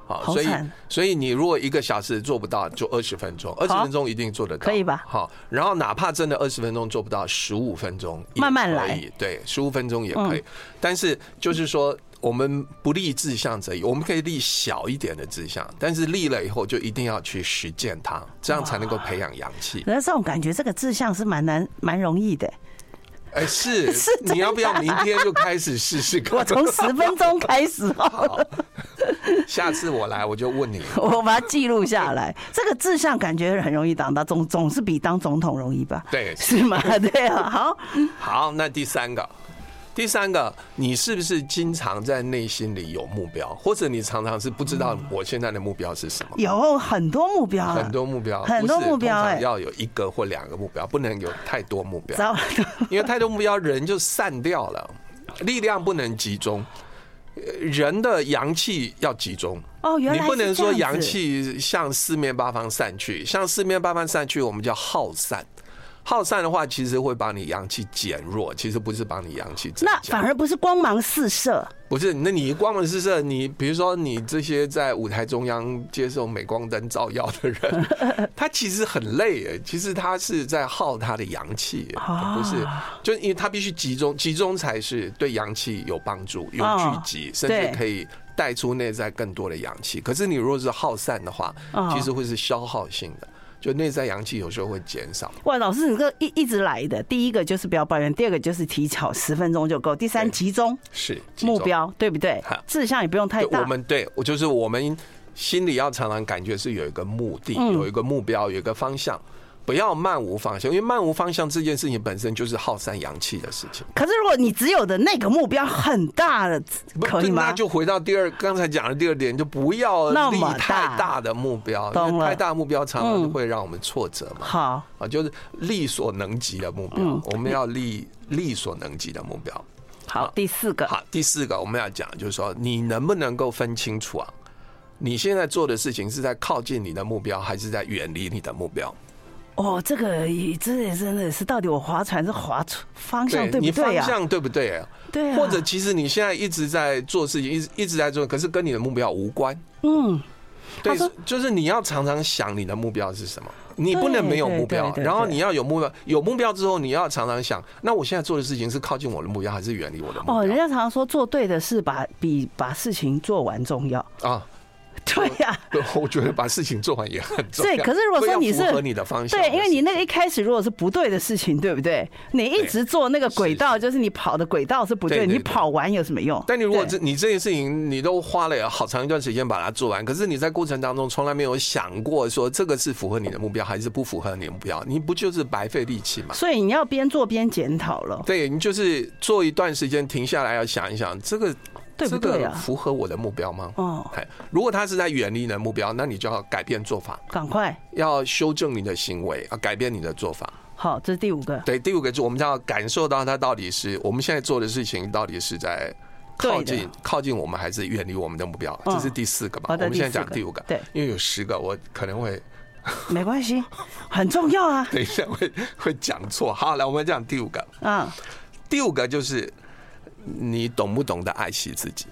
[SPEAKER 2] 好，
[SPEAKER 1] 哦好
[SPEAKER 2] 所以
[SPEAKER 1] 惨
[SPEAKER 2] 所以你如果一个小时做不到，就二十分钟，二十分钟一定做得到，
[SPEAKER 1] 可以吧
[SPEAKER 2] 好，然后哪怕真的二十分钟做不到，十五分钟也
[SPEAKER 1] 慢慢
[SPEAKER 2] 可
[SPEAKER 1] 来嗯
[SPEAKER 2] 以，对，十五分钟也可以。但是就是说，我们不立志向者，我们可以立小一点的志向，但是立了以后就一定要去实践它，这样才能够培养阳气。
[SPEAKER 1] 那这种感觉，这个志向是蛮难、蛮容易
[SPEAKER 2] [LAUGHS]
[SPEAKER 1] 的。
[SPEAKER 2] 哎，是，
[SPEAKER 1] 是
[SPEAKER 2] 你要不要明天就开始试试看？
[SPEAKER 1] 我从十分钟开始哦，
[SPEAKER 2] 好，下次我来我就问你。
[SPEAKER 1] 我把它记录下来。这个志向感觉很容易当到总总是比当总统容易吧？
[SPEAKER 2] 对
[SPEAKER 1] 是吗？ [LAUGHS] 对啊，好，
[SPEAKER 2] 好，那第三个，第三个，你是不是经常在内心里有目标，或者你常常是不知道我现在的目标是什么？
[SPEAKER 1] 有很多目标啊，
[SPEAKER 2] 很多目标，
[SPEAKER 1] 嗯很多
[SPEAKER 2] 不是
[SPEAKER 1] 目标
[SPEAKER 2] 通
[SPEAKER 1] 哎
[SPEAKER 2] 常要有一个或两个目标，不能有太多目标。
[SPEAKER 1] 糟。
[SPEAKER 2] 因为太多目标，人就散掉了，力量不能集中。呃人的阳气要集中
[SPEAKER 1] 哦原来是
[SPEAKER 2] 你不能说
[SPEAKER 1] 这样子
[SPEAKER 2] 阳气向四面八方散去，向四面八方散去，我们叫耗散。耗散的话，其实会把你阳气减弱，其实不是把你阳气增
[SPEAKER 1] 那
[SPEAKER 2] 加
[SPEAKER 1] 反而不是光芒四射，
[SPEAKER 2] 不是，那你光芒四射，你比如说你这些在舞台中央接受镁光灯照耀
[SPEAKER 1] [LAUGHS]
[SPEAKER 2] 的人，他其实很累耶，其实他是在耗他的阳气耶，
[SPEAKER 1] 啊
[SPEAKER 2] 不是，就因为他必须集中，集中才是对阳气有帮助，有聚
[SPEAKER 1] 哦
[SPEAKER 2] 集，甚至
[SPEAKER 1] 对
[SPEAKER 2] 可以带出内在更多的阳气。可是你如果是耗散的话，
[SPEAKER 1] 哦
[SPEAKER 2] 其实会是消耗性的，就内在阳气有时候会减少。
[SPEAKER 1] 哇，老师，你这个一一直来的，第一个就是不要抱怨，第二个就是提巧，十分钟就够，第三
[SPEAKER 2] 对
[SPEAKER 1] 集中
[SPEAKER 2] 是
[SPEAKER 1] 目。标，对不对
[SPEAKER 2] 好？
[SPEAKER 1] 志向也不用太
[SPEAKER 2] 对，
[SPEAKER 1] 大
[SPEAKER 2] 我。们对我就是我们心里要常常感觉是有一个目的，
[SPEAKER 1] 嗯
[SPEAKER 2] 有一个目标，有一个方向，不要漫无方向，因为漫无方向这件事情本身就是耗散阳气的事情。
[SPEAKER 1] 可是如果你只有的那个目标很大的，
[SPEAKER 2] 不
[SPEAKER 1] 可以
[SPEAKER 2] 那
[SPEAKER 1] 吗？
[SPEAKER 2] 就回到第二刚才讲的第二点，就不要
[SPEAKER 1] 那
[SPEAKER 2] 立
[SPEAKER 1] 么
[SPEAKER 2] 太
[SPEAKER 1] 大
[SPEAKER 2] 大的目标，
[SPEAKER 1] 懂
[SPEAKER 2] 因为太
[SPEAKER 1] 了
[SPEAKER 2] 大的目标常常
[SPEAKER 1] 嗯
[SPEAKER 2] 会让我们挫折嘛。
[SPEAKER 1] 好，
[SPEAKER 2] 啊，就是力所能及的目标，
[SPEAKER 1] 嗯
[SPEAKER 2] 我们要力力所能及的目标。
[SPEAKER 1] 好，第四个，
[SPEAKER 2] 好，第四个我们要讲就是说，你能不能够分清楚啊？你现在做的事情是在靠近你的目标，还是在远离你的目标？
[SPEAKER 1] 哦，这个也这也真的是，到底我划船是划出方向对
[SPEAKER 2] 你
[SPEAKER 1] 不
[SPEAKER 2] 方
[SPEAKER 1] 对啊？
[SPEAKER 2] 向对不对啊？
[SPEAKER 1] 对啊，
[SPEAKER 2] 或者其实你现在一直在做事情，一直一直在做，可是跟你的目标无关。
[SPEAKER 1] 嗯，
[SPEAKER 2] 对
[SPEAKER 1] 他说，
[SPEAKER 2] 就是你要常常想你的目标是什么，你不
[SPEAKER 1] 对
[SPEAKER 2] 能没有
[SPEAKER 1] 对
[SPEAKER 2] 目标，啊
[SPEAKER 1] 对对
[SPEAKER 2] 然后
[SPEAKER 1] 对
[SPEAKER 2] 你要有目标，有目标之后你要常常想，那我现在做的事情是靠近我的目标，还是远离我的目
[SPEAKER 1] 哦，人
[SPEAKER 2] 标？
[SPEAKER 1] 家常说做对的事把比把事情做完重要，
[SPEAKER 2] 啊，
[SPEAKER 1] 对呀、
[SPEAKER 2] 对，我觉得把事情做完也很重要。
[SPEAKER 1] 对，可是如果
[SPEAKER 2] 所以
[SPEAKER 1] 说
[SPEAKER 2] 要
[SPEAKER 1] 你
[SPEAKER 2] 符
[SPEAKER 1] 是
[SPEAKER 2] 合你的方向，
[SPEAKER 1] 对，因为你那个一开始如果是不对的事情，对不对？你一直做那个轨道，就是你跑的轨道是不对，
[SPEAKER 2] 对对对
[SPEAKER 1] 你跑完有什么用？
[SPEAKER 2] 但你如果
[SPEAKER 1] 对
[SPEAKER 2] 这你这件事情你都花了好长一段时间把它做完，可是你在过程当中从来没有想过说这个是符合你的目标还是不符合你的目标，你不就是白费力气吗？
[SPEAKER 1] 所以你要边做边检讨了。
[SPEAKER 2] 对，你就是做一段时间停下来要想一想，这个
[SPEAKER 1] 对不对啊
[SPEAKER 2] 这个符合我的目标吗？
[SPEAKER 1] 哦，
[SPEAKER 2] 哎，如果他是在远离你的目标，那你就要改变做法，
[SPEAKER 1] 赶快，
[SPEAKER 2] 要修正你的行为，要改变你的做法。
[SPEAKER 1] 好，这是第五个。
[SPEAKER 2] 对，第五个就是我们要感受到它到底是我们现在做的事情到底是在靠
[SPEAKER 1] 对
[SPEAKER 2] 近
[SPEAKER 1] 的
[SPEAKER 2] 靠近我们，还是远离我们的目标？
[SPEAKER 1] 嗯
[SPEAKER 2] 这是第四个吧？
[SPEAKER 1] 好
[SPEAKER 2] 我
[SPEAKER 1] 的
[SPEAKER 2] 们现在
[SPEAKER 1] 第
[SPEAKER 2] 讲
[SPEAKER 1] 四个
[SPEAKER 2] 第五个，
[SPEAKER 1] 对
[SPEAKER 2] 因为有十个，我可能会。
[SPEAKER 1] 没关系，很重要啊
[SPEAKER 2] 等一下会会讲错。好，来，我们讲第五个，
[SPEAKER 1] 嗯，
[SPEAKER 2] 第五个就是你懂不懂得爱惜自己？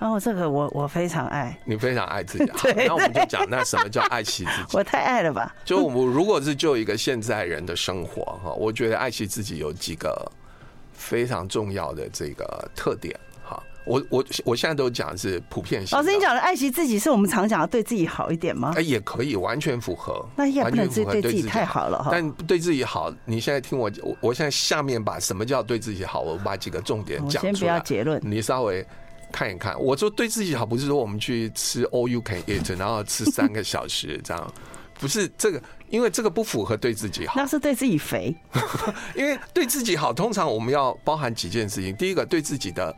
[SPEAKER 1] 哦，这个我我非常爱，
[SPEAKER 2] 你非常爱
[SPEAKER 1] [LAUGHS]
[SPEAKER 2] 自己，啊好，
[SPEAKER 1] 对
[SPEAKER 2] 那我们就讲那什么叫爱惜自己？
[SPEAKER 1] 我太爱了吧？
[SPEAKER 2] 就我如果是就一个现在人的生活哈，我觉得爱惜自己有几个非常重要的这个特点哈。我我我现在都讲是普遍性的。
[SPEAKER 1] 老师，你讲的爱惜自己是我们常讲的对自己好一点吗
[SPEAKER 2] 哎？也可以完全符合，
[SPEAKER 1] 那也
[SPEAKER 2] 完
[SPEAKER 1] 不
[SPEAKER 2] 全
[SPEAKER 1] 能
[SPEAKER 2] 符合
[SPEAKER 1] 对自己太
[SPEAKER 2] 好。
[SPEAKER 1] 好了哈。
[SPEAKER 2] 但对自己好，你现在听我，我我现在下面把什么叫对自己好，我把几个重点
[SPEAKER 1] 我
[SPEAKER 2] 讲
[SPEAKER 1] 先
[SPEAKER 2] 出
[SPEAKER 1] 不
[SPEAKER 2] 来
[SPEAKER 1] 要。结论，
[SPEAKER 2] 你稍微看一看。我说对自己好，不是说我们去吃 all you can eat，然后吃三个小时这样，不是这个，因为这个不符合对自己好。
[SPEAKER 1] 那是对自己肥。
[SPEAKER 2] 因为对自己好，通常我们要包含几件事情。第一个，对自己的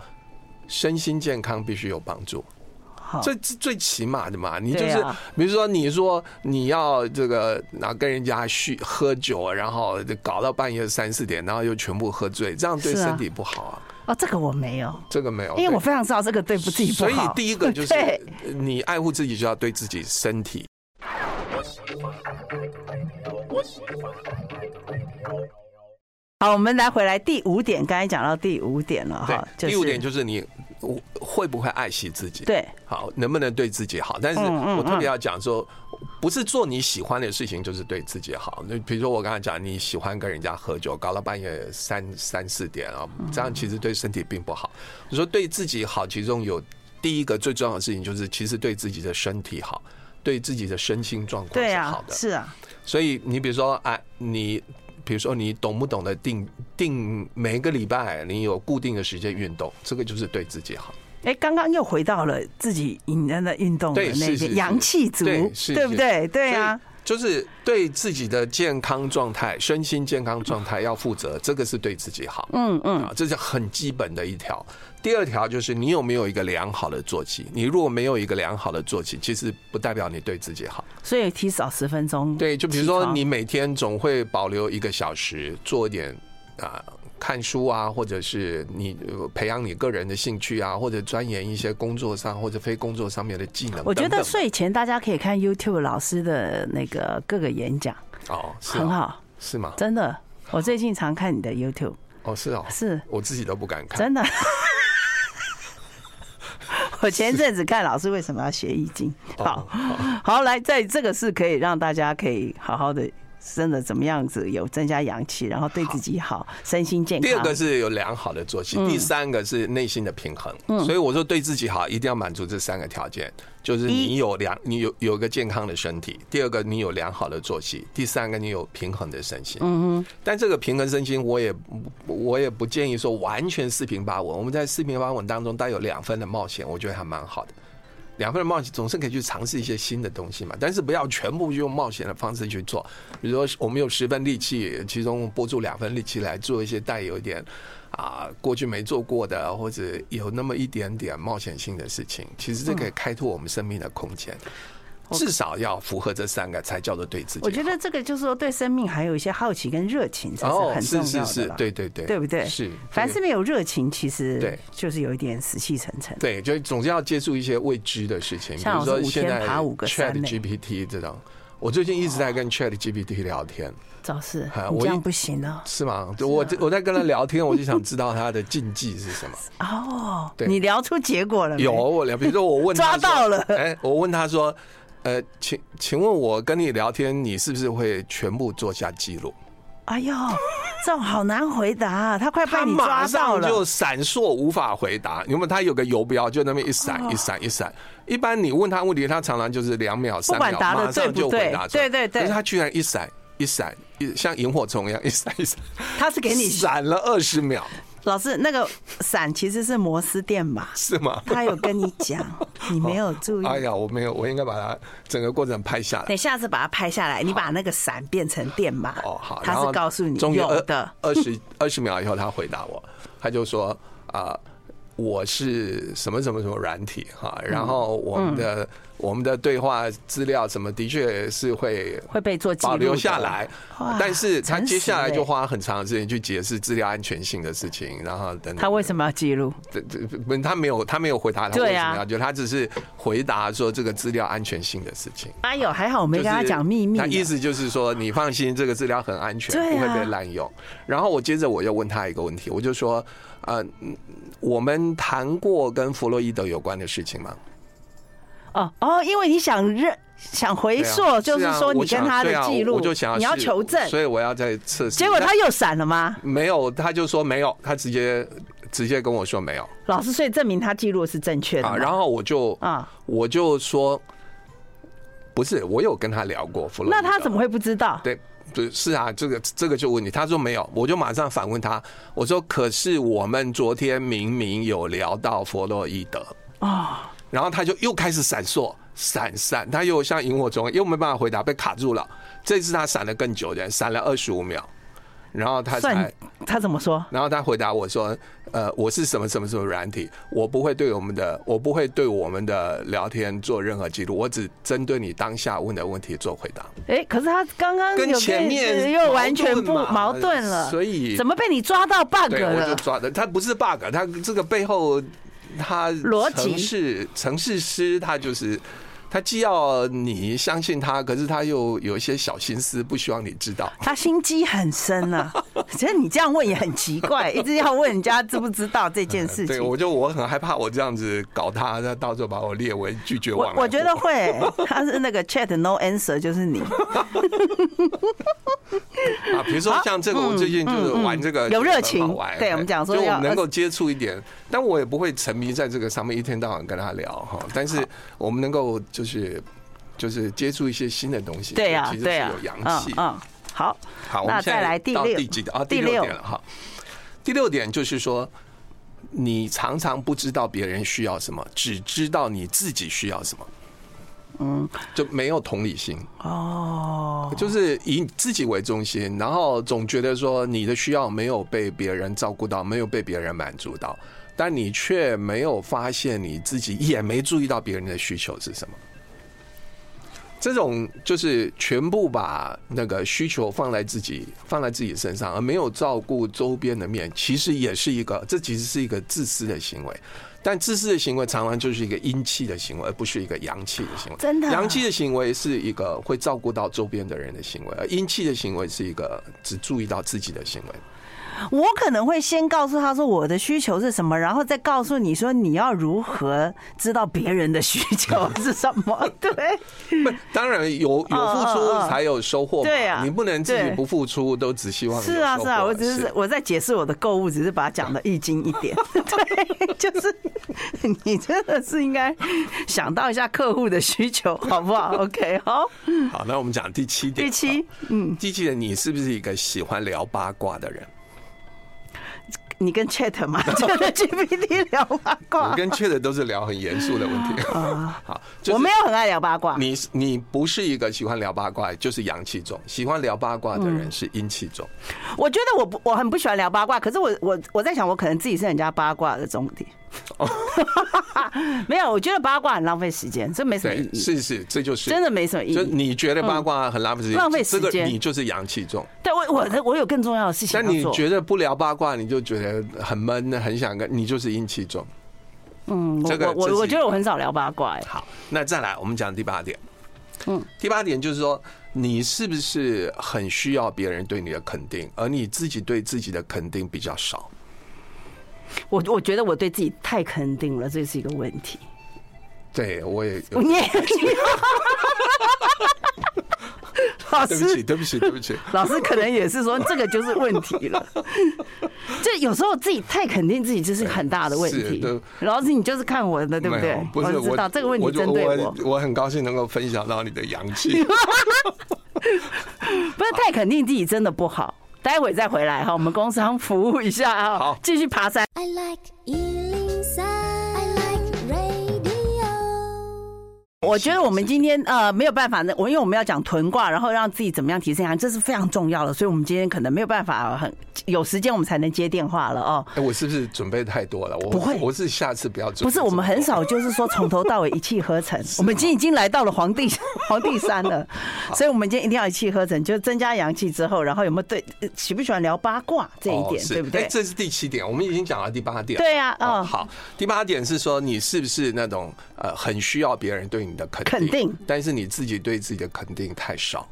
[SPEAKER 2] 身心健康必须有帮助，
[SPEAKER 1] 好，
[SPEAKER 2] 这是最起码的嘛。你就
[SPEAKER 1] 啊对
[SPEAKER 2] 是
[SPEAKER 1] 啊，
[SPEAKER 2] 比如说，你说你要这个，然后跟人家酗喝酒，啊然后搞到半夜三四点，然后又全部喝醉，这样对
[SPEAKER 1] 是啊
[SPEAKER 2] 身体不好啊。
[SPEAKER 1] 哦，这个我没有，
[SPEAKER 2] 这个没有，
[SPEAKER 1] 因为我
[SPEAKER 2] 对
[SPEAKER 1] 非常知道这个对不自己不
[SPEAKER 2] 所以
[SPEAKER 1] 好。
[SPEAKER 2] 第
[SPEAKER 1] [LAUGHS]
[SPEAKER 2] 一个就是
[SPEAKER 1] 对
[SPEAKER 2] 你爱护自己，就要对自己身体。
[SPEAKER 1] 好，我们来回来第五点，刚才讲到第五点了哈，啊就
[SPEAKER 2] 对，
[SPEAKER 1] 是
[SPEAKER 2] 第五点就是你会不会爱惜自己？
[SPEAKER 1] 对
[SPEAKER 2] 好，能不能对自己好？但是
[SPEAKER 1] 嗯嗯
[SPEAKER 2] 我特别要讲说，不是做你喜欢的事情，就是对自己好。那比如说我刚才讲，你喜欢跟人家喝酒，搞到半夜三三四点啊，这样其实对身体并不好。你说对自己好，其中有第一个最重要的事情就是，其实对自己的身体好，对自己的身心状况
[SPEAKER 1] 对
[SPEAKER 2] 是
[SPEAKER 1] 啊
[SPEAKER 2] 好，的。
[SPEAKER 1] 是啊，
[SPEAKER 2] 所以你比如说，哎，你比如说你懂不懂得定定每个礼拜你有固定的时间运动，这个就是对自己好。
[SPEAKER 1] 哎，刚刚又回到了自己引人的运动的
[SPEAKER 2] 对
[SPEAKER 1] 那
[SPEAKER 2] 是是
[SPEAKER 1] 些
[SPEAKER 2] 是
[SPEAKER 1] 阳气足，
[SPEAKER 2] 对是
[SPEAKER 1] 对不
[SPEAKER 2] 是
[SPEAKER 1] 对？对啊，，
[SPEAKER 2] 就是对自己的健康状态、身心健康状态要负责，这个是对自己好。
[SPEAKER 1] 嗯嗯，
[SPEAKER 2] 啊，这是很基本的一条。第二条就是你有没有一个良好的作息？你如果没有一个良好的作息，其实不代表你对自己好。
[SPEAKER 1] 所以提早十分钟起床，
[SPEAKER 2] 对，就比如说你每天总会保留一个小时做一点啊、看书啊，或者是你呃培养你个人的兴趣啊，或者钻研一些工作上或者非工作上面的技能等等。
[SPEAKER 1] 我觉得睡前大家可以看 YouTube 老师的那个各个演讲，
[SPEAKER 2] 哦，是啊
[SPEAKER 1] 很好。
[SPEAKER 2] 是吗？
[SPEAKER 1] 真的。我最近常看你的 YouTube，
[SPEAKER 2] 哦，是哦，
[SPEAKER 1] 是
[SPEAKER 2] 我自己都不敢
[SPEAKER 1] [LAUGHS]
[SPEAKER 2] 看，
[SPEAKER 1] 真的。我前阵子看老师为什么要学易经，
[SPEAKER 2] 哦
[SPEAKER 1] 好好来，在这个是可以让大家可以好好的，真的怎么样子有增加阳气，然后对自己好，身心健康。嗯
[SPEAKER 2] 第二个是有良好的作息，第三个是内心的平衡。所以我说对自己好，一定要满足这三个条件，就是你有良，你有有一个健康的身体；第二个你有良好的作息；第三个你有平衡的身心。嗯但这个平衡身心，我也不我也不建议说完全四平八稳。我们在四平八稳当中带有两分的冒险，我觉得还蛮好的。两份冒险总是可以去尝试一些新的东西嘛，但是不要全部用冒险的方式去做。比如说，我们有十分力气，其中拨出两分力气来做一些带有一点啊、过去没做过的，或者有那么一点点冒险性的事情，其实这可以开拓我们生命的空间。至少要符合这三个，才叫做对自己好。
[SPEAKER 1] 我觉得这个就是说对生命还有一些好奇跟热情，才是
[SPEAKER 2] 哦，
[SPEAKER 1] 很重
[SPEAKER 2] 是
[SPEAKER 1] 要的
[SPEAKER 2] 是
[SPEAKER 1] 啦
[SPEAKER 2] 是，对对对，
[SPEAKER 1] 对不对？
[SPEAKER 2] 是，
[SPEAKER 1] 凡
[SPEAKER 2] 这
[SPEAKER 1] 是
[SPEAKER 2] 个
[SPEAKER 1] 没有热情，其实
[SPEAKER 2] 对
[SPEAKER 1] 就是有一点死气沉沉。
[SPEAKER 2] 对，就总是要接触一些未知的事情，比
[SPEAKER 1] 像
[SPEAKER 2] 如
[SPEAKER 1] 我
[SPEAKER 2] 说
[SPEAKER 1] 是五
[SPEAKER 2] 现
[SPEAKER 1] 天
[SPEAKER 2] 在
[SPEAKER 1] 爬五个
[SPEAKER 2] Chat
[SPEAKER 1] 山呢
[SPEAKER 2] GPT 这种。我最近一直在跟 Chat GPT 聊天，
[SPEAKER 1] 赵四
[SPEAKER 2] 哎，
[SPEAKER 1] 你
[SPEAKER 2] 我
[SPEAKER 1] 这
[SPEAKER 2] 一
[SPEAKER 1] 样不行哦。
[SPEAKER 2] 是吗？对我我在跟他聊天，我就想知道他的禁忌
[SPEAKER 1] [LAUGHS]
[SPEAKER 2] 是什么。
[SPEAKER 1] 哦，
[SPEAKER 2] 对
[SPEAKER 1] 你聊出结果了没
[SPEAKER 2] 有我聊，比如说我问
[SPEAKER 1] 抓
[SPEAKER 2] 他说
[SPEAKER 1] 到了
[SPEAKER 2] [LAUGHS] 哎，我问他说，呃，请请问我跟你聊天，你是不是会全部做下记录？
[SPEAKER 1] 哎呦，这种好难回答、啊他快被
[SPEAKER 2] 他
[SPEAKER 1] 你
[SPEAKER 2] 马
[SPEAKER 1] 抓到
[SPEAKER 2] 上就
[SPEAKER 1] 了。
[SPEAKER 2] 闪烁，无法回答。因为他有个游标，就那么一闪
[SPEAKER 1] 哦
[SPEAKER 2] 一闪一闪。一般你问他问题，他常常就是两秒、三
[SPEAKER 1] 管
[SPEAKER 2] 秒，
[SPEAKER 1] 答得
[SPEAKER 2] 马
[SPEAKER 1] 对
[SPEAKER 2] 上
[SPEAKER 1] 不
[SPEAKER 2] 就回
[SPEAKER 1] 对
[SPEAKER 2] 答出来。
[SPEAKER 1] 对对对
[SPEAKER 2] 可是他居然一闪一闪，一像萤火虫一样一闪一闪，
[SPEAKER 1] 他 [LAUGHS] 是给你
[SPEAKER 2] [LAUGHS] 闪了二十秒，
[SPEAKER 1] 老师那个伞其实是摩斯电码，
[SPEAKER 2] 是吗？
[SPEAKER 1] 他有跟你
[SPEAKER 2] [LAUGHS]
[SPEAKER 1] 讲，你没有注意。
[SPEAKER 2] 哎呀，我没有，我应该把它整个过程拍下来。
[SPEAKER 1] 你下次把它拍下来，你把那个伞变成电码。
[SPEAKER 2] 哦，好，然
[SPEAKER 1] 他
[SPEAKER 2] 后
[SPEAKER 1] 是告诉你
[SPEAKER 2] 终于呃
[SPEAKER 1] 有
[SPEAKER 2] 二
[SPEAKER 1] 的。
[SPEAKER 2] 二十二十秒以后，他回答我，他就说啊、我是什么什么什么软体哈，然后
[SPEAKER 1] 嗯
[SPEAKER 2] 我们的、我们的对话资料什么的确是会
[SPEAKER 1] 会被做记录
[SPEAKER 2] 保
[SPEAKER 1] 的
[SPEAKER 2] 留下来
[SPEAKER 1] 哇，
[SPEAKER 2] 但是他
[SPEAKER 1] 诚
[SPEAKER 2] 接下
[SPEAKER 1] 实
[SPEAKER 2] 来
[SPEAKER 1] 欸
[SPEAKER 2] 就花很长的时间去解释资料安全性的事情，然后等等。
[SPEAKER 1] 他为什么要记录？
[SPEAKER 2] 对对，不，他没有，他没有回答他为
[SPEAKER 1] 对
[SPEAKER 2] 什
[SPEAKER 1] 啊
[SPEAKER 2] 么要，就他只是回答说这个资料安全性的事情。
[SPEAKER 1] 哎呦，还好我没
[SPEAKER 2] 就
[SPEAKER 1] 跟他
[SPEAKER 2] 是
[SPEAKER 1] 讲秘密
[SPEAKER 2] 他
[SPEAKER 1] 呢。
[SPEAKER 2] 意思就是说，你放心，这个资料很安全，
[SPEAKER 1] 对
[SPEAKER 2] 不
[SPEAKER 1] 啊
[SPEAKER 2] 会被滥用。然后我接着我又问他一个问题，我就说，呃，嗯我们谈过跟弗洛伊德有关的事情吗？
[SPEAKER 1] 哦哦，因为你想认想回
[SPEAKER 2] 对啊
[SPEAKER 1] 溯，就是
[SPEAKER 2] 啊
[SPEAKER 1] 说你
[SPEAKER 2] 我想
[SPEAKER 1] 跟他的
[SPEAKER 2] 对啊
[SPEAKER 1] 记录，
[SPEAKER 2] 我我就想
[SPEAKER 1] 你要
[SPEAKER 2] 是
[SPEAKER 1] 求证，
[SPEAKER 2] 所以我要再测试。
[SPEAKER 1] 结果
[SPEAKER 2] 但
[SPEAKER 1] 他又闪了吗？
[SPEAKER 2] 没有，他就说没有，他直接直接跟我说没有
[SPEAKER 1] 老师，所以证明他记录是正确的
[SPEAKER 2] 啊。
[SPEAKER 1] 嘛。
[SPEAKER 2] 然后我就
[SPEAKER 1] 啊，
[SPEAKER 2] 我就说，不是，我有跟他聊过弗洛伊
[SPEAKER 1] 那
[SPEAKER 2] 德，
[SPEAKER 1] 他怎么会不知道？
[SPEAKER 2] 对，对，是啊，这个这个就问你，他说没有，我就马上反问他，我说可是我们昨天明明有聊到弗洛伊德
[SPEAKER 1] 哦，
[SPEAKER 2] 然后他就又开始闪烁，闪闪，他又像萤火虫，又没办法回答，被卡住了。这次他闪的更久一点，闪了二十五秒，然后他才
[SPEAKER 1] 算。他怎么说？
[SPEAKER 2] 然后他回答我说：“呃，我是什么什么什么软体，我不会对我们的，我不会对我们的聊天做任何记录，我只针对你当下问的问题做回答。”
[SPEAKER 1] 哎，可是他刚刚
[SPEAKER 2] 跟
[SPEAKER 1] 有呃
[SPEAKER 2] 前面
[SPEAKER 1] 又完全不
[SPEAKER 2] 矛盾嘛
[SPEAKER 1] 矛盾了，
[SPEAKER 2] 所以
[SPEAKER 1] 怎么被你抓到 bug
[SPEAKER 2] 对，我就
[SPEAKER 1] 了？
[SPEAKER 2] 抓的，它不是 bug，它这个背后它
[SPEAKER 1] 逻辑
[SPEAKER 2] 程式程式师，他就是他既要你相信他，可是他又有一些小心思，不希望你知道。
[SPEAKER 1] 他心机很深
[SPEAKER 2] [LAUGHS]
[SPEAKER 1] 啊！其实你这样问也很奇怪，一直要问人家知不知道这件事
[SPEAKER 2] 呃对，
[SPEAKER 1] 情。
[SPEAKER 2] 我就我很害怕，我这样子搞他，他到时候把我列为拒绝
[SPEAKER 1] 我
[SPEAKER 2] 网。
[SPEAKER 1] 我觉得会，他是那个 chat no answer 就是
[SPEAKER 2] [LAUGHS]
[SPEAKER 1] 你，
[SPEAKER 2] 啊，比如说像这个，我最近就是玩这个，
[SPEAKER 1] 嗯有热情
[SPEAKER 2] 很好玩
[SPEAKER 1] 对我们讲说
[SPEAKER 2] 就我
[SPEAKER 1] 要呃
[SPEAKER 2] 们能够接触一点，但我也不会沉迷在这个上面一天到晚跟他聊哈。但是我们能够就是就是接触一些新的东西，
[SPEAKER 1] 对呀
[SPEAKER 2] 其实是
[SPEAKER 1] 对呀
[SPEAKER 2] 有，阳
[SPEAKER 1] 嗯
[SPEAKER 2] 气。
[SPEAKER 1] 嗯，好，
[SPEAKER 2] 好，我
[SPEAKER 1] 那
[SPEAKER 2] 们现
[SPEAKER 1] 再
[SPEAKER 2] 在
[SPEAKER 1] 来第
[SPEAKER 2] 到
[SPEAKER 1] 六
[SPEAKER 2] 第几点啊？
[SPEAKER 1] 第
[SPEAKER 2] 第六
[SPEAKER 1] 六
[SPEAKER 2] 点了哈。第六点就是说，你常常不知道别人需要什么，只知道你自己需要什么。嗯，就没有同理心哦，就是以自己为中心，然后总觉得说你的需要没有被别人照顾到，没有被别人满足到，但你却没有发现你自己，也没注意到别人的需求是什么。这种就是全部把那个需求放在自己放在自己身上，而没有照顾周边的面，其实也是一个，这其实是一个自私的行为。但自私的行为常常就是一个阴气的行为，而不是一个阳气的行为。
[SPEAKER 1] 真的啊
[SPEAKER 2] 阳气的行为是一个会照顾到周边的人的行为，而阴气的行为是一个只注意到自己的行为。
[SPEAKER 1] 我可能会先告诉他说我的需求是什么，然后再告诉你说你要如何知道别人的需求是什么。
[SPEAKER 2] [LAUGHS]
[SPEAKER 1] 对，嗯
[SPEAKER 2] 不，当然有有付
[SPEAKER 1] 嗯嗯
[SPEAKER 2] 出
[SPEAKER 1] 嗯
[SPEAKER 2] 才有收获嘛。
[SPEAKER 1] 对啊
[SPEAKER 2] 你不能自己
[SPEAKER 1] 对
[SPEAKER 2] 不付出，都只希望有
[SPEAKER 1] 是啊
[SPEAKER 2] 收
[SPEAKER 1] 是啊，
[SPEAKER 2] 获
[SPEAKER 1] 我只是我在解释我的购物，只是把它讲的易经一
[SPEAKER 2] [LAUGHS]
[SPEAKER 1] 点。对， [LAUGHS] 就是你真的是应该想到一下客户的需求，好不好？OK，好，
[SPEAKER 2] [LAUGHS] 好。那我们讲第七
[SPEAKER 1] 嗯
[SPEAKER 2] 点。
[SPEAKER 1] 第七，嗯，
[SPEAKER 2] 第七点，你是不是一个喜欢聊八卦的人？
[SPEAKER 1] 你跟 Chat 嘛， [LAUGHS] 就跟 GPT 聊八
[SPEAKER 2] 我
[SPEAKER 1] 卦，
[SPEAKER 2] 跟确的都是聊很严肃的问
[SPEAKER 1] [LAUGHS]
[SPEAKER 2] 题。 [LAUGHS] 好， [LAUGHS] 就是
[SPEAKER 1] 啊我没有很爱聊八卦。
[SPEAKER 2] 你你不是一个喜欢聊八卦，就是阳气重；喜欢聊八卦的
[SPEAKER 1] 嗯
[SPEAKER 2] 人是阴气重。
[SPEAKER 1] 我觉得我不我很不喜欢聊八卦，可是我我我在想，我可能自己是人家八卦的重点。
[SPEAKER 2] 哦
[SPEAKER 1] [LAUGHS] 没有，我觉得八卦很浪费时间，这没什么意
[SPEAKER 2] 对，
[SPEAKER 1] 义，
[SPEAKER 2] 是是，这就是
[SPEAKER 1] 真的。没什么意
[SPEAKER 2] 就
[SPEAKER 1] 义。嗯
[SPEAKER 2] 你觉得八卦很浪费时间，
[SPEAKER 1] 浪费时间
[SPEAKER 2] 这个你就是阳气重。
[SPEAKER 1] 对我我的我有更重要的事情
[SPEAKER 2] 但
[SPEAKER 1] 要
[SPEAKER 2] 你
[SPEAKER 1] 做。
[SPEAKER 2] 觉得不聊八卦，你就觉得很闷，很想跟你就是阴气重。
[SPEAKER 1] 嗯，
[SPEAKER 2] 这个
[SPEAKER 1] 我我
[SPEAKER 2] 这
[SPEAKER 1] 我
[SPEAKER 2] 是
[SPEAKER 1] 我觉得我很少聊八卦、哎
[SPEAKER 2] 好，那再来，我们讲第八点。
[SPEAKER 1] 嗯，
[SPEAKER 2] 第八点就是说，你是不是很需要别人对你的肯定，而你自己对自己的肯定比较少？
[SPEAKER 1] 我我觉得我对自己太肯定了，这是一个问题。
[SPEAKER 2] 对我也有，
[SPEAKER 1] 你 [LAUGHS] 老
[SPEAKER 2] 对不
[SPEAKER 1] 师
[SPEAKER 2] 起，对不起，对不起。
[SPEAKER 1] 老师可能也是说这个就是问题了， [LAUGHS] 就有时候自己太肯定自己，这是很大的问
[SPEAKER 2] 是
[SPEAKER 1] 题
[SPEAKER 2] 对。
[SPEAKER 1] 老师，你就是看我的， [LAUGHS] 对不对
[SPEAKER 2] 没有？不是
[SPEAKER 1] 知道这个问题
[SPEAKER 2] 就
[SPEAKER 1] 针对
[SPEAKER 2] 我
[SPEAKER 1] 我，
[SPEAKER 2] 很我很高兴能够分享到你的阳
[SPEAKER 1] [LAUGHS]
[SPEAKER 2] 气。
[SPEAKER 1] 不是太肯定自己真的不好。待会再回来哈，我们工商服务一下啊
[SPEAKER 2] 好，
[SPEAKER 1] 继续爬山。
[SPEAKER 3] I like Ealing Sound. I like radio.
[SPEAKER 1] 我觉得我们今天呃没有办法，那我因为我们要讲屯卦，然后让自己怎么样提升阳，啊这是非常重要的，所以我们今天可能没有办法很有时间，我们才能接电话了哦。
[SPEAKER 2] 哎，我是不是准备太多了？我
[SPEAKER 1] 不会
[SPEAKER 2] 我是下次不要准备。
[SPEAKER 1] 不是，我们很。少就是说从头到尾一气呵成，我们今
[SPEAKER 2] 啊
[SPEAKER 1] 天已经来到了皇帝 [LAUGHS] 皇帝山了，所以我们今天一定要一气呵成，就是增加阳气之后，然后有没有对呃喜不喜欢聊八卦这一
[SPEAKER 2] 哦
[SPEAKER 1] 点，
[SPEAKER 2] 是
[SPEAKER 1] 对不
[SPEAKER 2] 哎
[SPEAKER 1] 对？
[SPEAKER 2] 这是第七点，我们已经讲了第八点。
[SPEAKER 1] 对啊哦
[SPEAKER 2] 好，第八点是说你是不是那种呃很需要别人对你的肯定，
[SPEAKER 1] 肯定
[SPEAKER 2] 但是你自己对自己的肯定太少。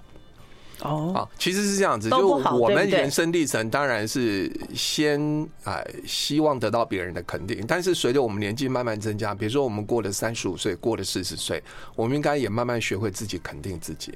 [SPEAKER 1] 哦，
[SPEAKER 2] 啊，其实是这样子，
[SPEAKER 1] 都
[SPEAKER 2] 就
[SPEAKER 1] 不好
[SPEAKER 2] 我
[SPEAKER 1] 对
[SPEAKER 2] 们
[SPEAKER 1] 不对
[SPEAKER 2] 人生历程当然是先啊、希望得到别人的肯定，但是随着我们年纪慢慢增加，比如说我们过了三十五岁，过了四十岁，我们应该也慢慢学会自己肯定自己。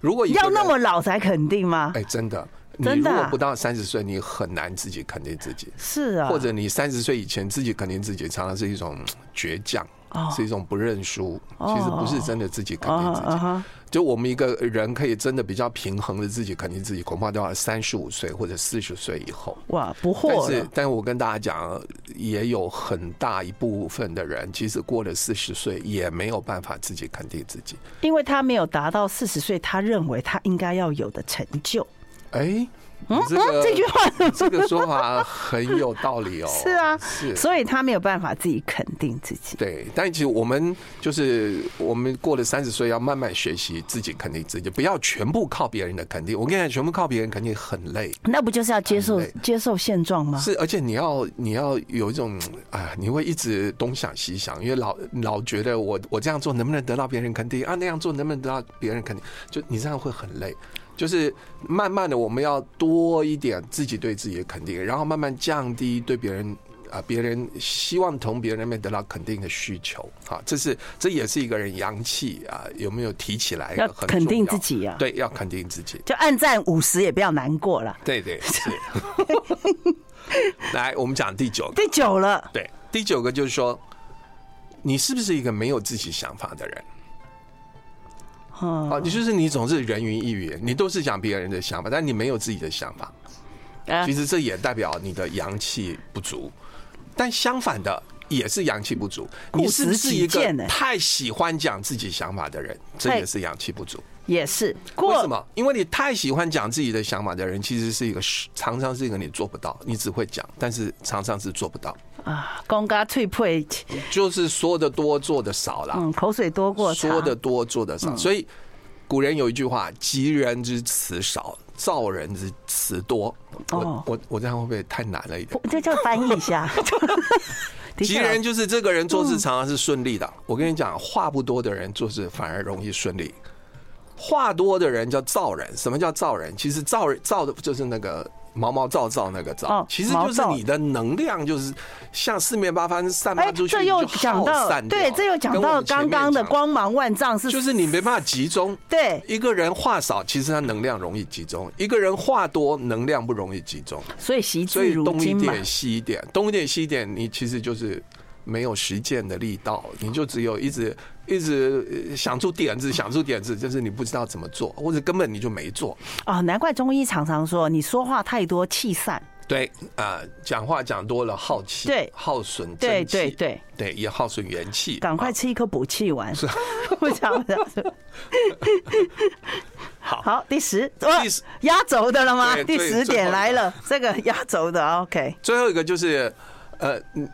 [SPEAKER 2] 如果一个
[SPEAKER 1] 要
[SPEAKER 2] 人
[SPEAKER 1] 那么老才肯定吗
[SPEAKER 2] 哎、？真的，你
[SPEAKER 1] 真
[SPEAKER 2] 如
[SPEAKER 1] 的啊
[SPEAKER 2] 果不到三十岁，你很难自己肯定自己。
[SPEAKER 1] 是啊，
[SPEAKER 2] 或者你三十岁以前自己肯定自己，常常是一种嗯倔强，
[SPEAKER 1] 哦
[SPEAKER 2] 是一种不认输。其实不是真的自己肯定自
[SPEAKER 1] 哦哦
[SPEAKER 2] 己
[SPEAKER 1] 哦。
[SPEAKER 2] 就我们一个人可以真的比较平衡的自己肯定自己，恐怕都要三十五岁或者四十岁以后。
[SPEAKER 1] 哇不
[SPEAKER 2] 但
[SPEAKER 1] 惑
[SPEAKER 2] 是
[SPEAKER 1] 了，，
[SPEAKER 2] 但我跟大家讲，也有很大一部分的人，即使过了四十岁，也没有办法自己肯定自己。
[SPEAKER 1] 因为他没有达到四十岁他认为他应该要有的成就。
[SPEAKER 2] 哎，嗯
[SPEAKER 1] 嗯， [LAUGHS] 这句话
[SPEAKER 2] 这个说法很有道理哦。
[SPEAKER 1] [LAUGHS] 是啊，
[SPEAKER 2] 是。
[SPEAKER 1] 所以他没有办法自己肯定自己。
[SPEAKER 2] 对，但其实我们就是我们过了三十岁，要慢慢学习自己肯定自己，不要全部靠别人的肯定。我跟你讲，全部靠别人肯定很累，
[SPEAKER 1] 那不就是要接受
[SPEAKER 2] 很累
[SPEAKER 1] 接受现状吗？
[SPEAKER 2] 是而且你要你要有一种啊，你会一直东想西想，因为老老觉得我我这样做能不能得到别人肯定啊，那样做能不能得到别人肯定，就你这样会很累。就是慢慢的，我们要多一点自己对自己的肯定，然后慢慢降低对别人啊，别人希望从别人那边得到肯定的需求啊，这是这也是一个人阳气啊有没有提起来
[SPEAKER 1] 要
[SPEAKER 2] 很
[SPEAKER 1] 肯定
[SPEAKER 2] 重要
[SPEAKER 1] 自己啊呀
[SPEAKER 2] 对，要肯定自己，
[SPEAKER 1] 就暗赞五十也不要难过了。
[SPEAKER 2] 对对是。 [LAUGHS] 来，我们讲第九个，
[SPEAKER 1] 第九了，
[SPEAKER 2] 对，第九个就是说，你是不是一个没有自己想法的人？
[SPEAKER 1] 嗯，
[SPEAKER 2] 啊，你就是你总是人云亦云，你都是讲别人的想法，但你没有自己的想法。
[SPEAKER 1] 啊
[SPEAKER 2] 其实这也代表你的阳气不足。但相反的，也是阳气不足。你是不是一
[SPEAKER 1] 固执己见呢
[SPEAKER 2] 个太喜欢讲自己想法的人？这
[SPEAKER 1] 太
[SPEAKER 2] 也是阳气不足。
[SPEAKER 1] 也是
[SPEAKER 2] 为
[SPEAKER 1] 过
[SPEAKER 2] 什么？因为你太喜欢讲自己的想法的人，其实是一个是常常是一个你做不到，你只会讲，但是常常是做不到。
[SPEAKER 1] 啊，公嘎脆配，
[SPEAKER 2] 就是说的多，做的少啦。
[SPEAKER 1] 嗯，口水多过茶
[SPEAKER 2] 说的多，做的少。所以古人有一句话：“急人之词少，造人之词多。我”
[SPEAKER 1] 哦
[SPEAKER 2] 我我这样会不会太难了一点？ [LAUGHS]
[SPEAKER 1] 不这叫翻译一下，嗯的
[SPEAKER 2] 吉
[SPEAKER 1] 确
[SPEAKER 2] 人就是这个人做事常常是顺利的。我跟你讲，话不多的人做事反而容易顺利。话多的人叫造人，什么叫造人？其实造人造的就是那个毛毛躁躁那个躁，
[SPEAKER 1] 哦
[SPEAKER 2] 其实
[SPEAKER 1] 毛
[SPEAKER 2] 就是
[SPEAKER 1] 躁
[SPEAKER 2] 你的能量就是向四面八方散发
[SPEAKER 1] 哎，
[SPEAKER 2] 出去，
[SPEAKER 1] 这
[SPEAKER 2] 你就
[SPEAKER 1] 又
[SPEAKER 2] 耗
[SPEAKER 1] 讲到
[SPEAKER 2] 散掉
[SPEAKER 1] 对，这又讲
[SPEAKER 2] 跟我
[SPEAKER 1] 到
[SPEAKER 2] 们前
[SPEAKER 1] 刚
[SPEAKER 2] 面
[SPEAKER 1] 刚的
[SPEAKER 2] 讲
[SPEAKER 1] 光芒万丈是
[SPEAKER 2] [LAUGHS] 就是你没办法集中。
[SPEAKER 1] [LAUGHS] 对
[SPEAKER 2] 一个人话少，其实他能量容易集中；一个人话多，能量不容易集中。
[SPEAKER 1] 所以惜
[SPEAKER 2] 所
[SPEAKER 1] 字
[SPEAKER 2] 以
[SPEAKER 1] 如
[SPEAKER 2] 东一
[SPEAKER 1] 金嘛。
[SPEAKER 2] 点西一点，东一点西一点，你其实就是没有实践的力道，你就只有一直一直呃想出
[SPEAKER 1] [LAUGHS]
[SPEAKER 2] 点子，想出点子，就是你不知道怎么做，或者根本你就没做。
[SPEAKER 1] 啊，难怪中医常常说，你说话太多气散。
[SPEAKER 2] 对啊，讲话讲多了耗气，
[SPEAKER 1] 对
[SPEAKER 2] 耗损
[SPEAKER 1] 对
[SPEAKER 2] 正气
[SPEAKER 1] 对对
[SPEAKER 2] 对，也耗损元气。
[SPEAKER 1] 赶快吃一颗补气丸。 [LAUGHS] 是，不讲不讲。
[SPEAKER 2] 好
[SPEAKER 1] 好，第十，
[SPEAKER 2] 第十
[SPEAKER 1] 压轴的了吗？
[SPEAKER 2] 对
[SPEAKER 1] 第
[SPEAKER 2] 最
[SPEAKER 1] 十
[SPEAKER 2] 最后
[SPEAKER 1] 点
[SPEAKER 2] 一
[SPEAKER 1] 来
[SPEAKER 2] 个
[SPEAKER 1] 了，这个压轴的，OK。
[SPEAKER 2] 最后一个就是，呃，你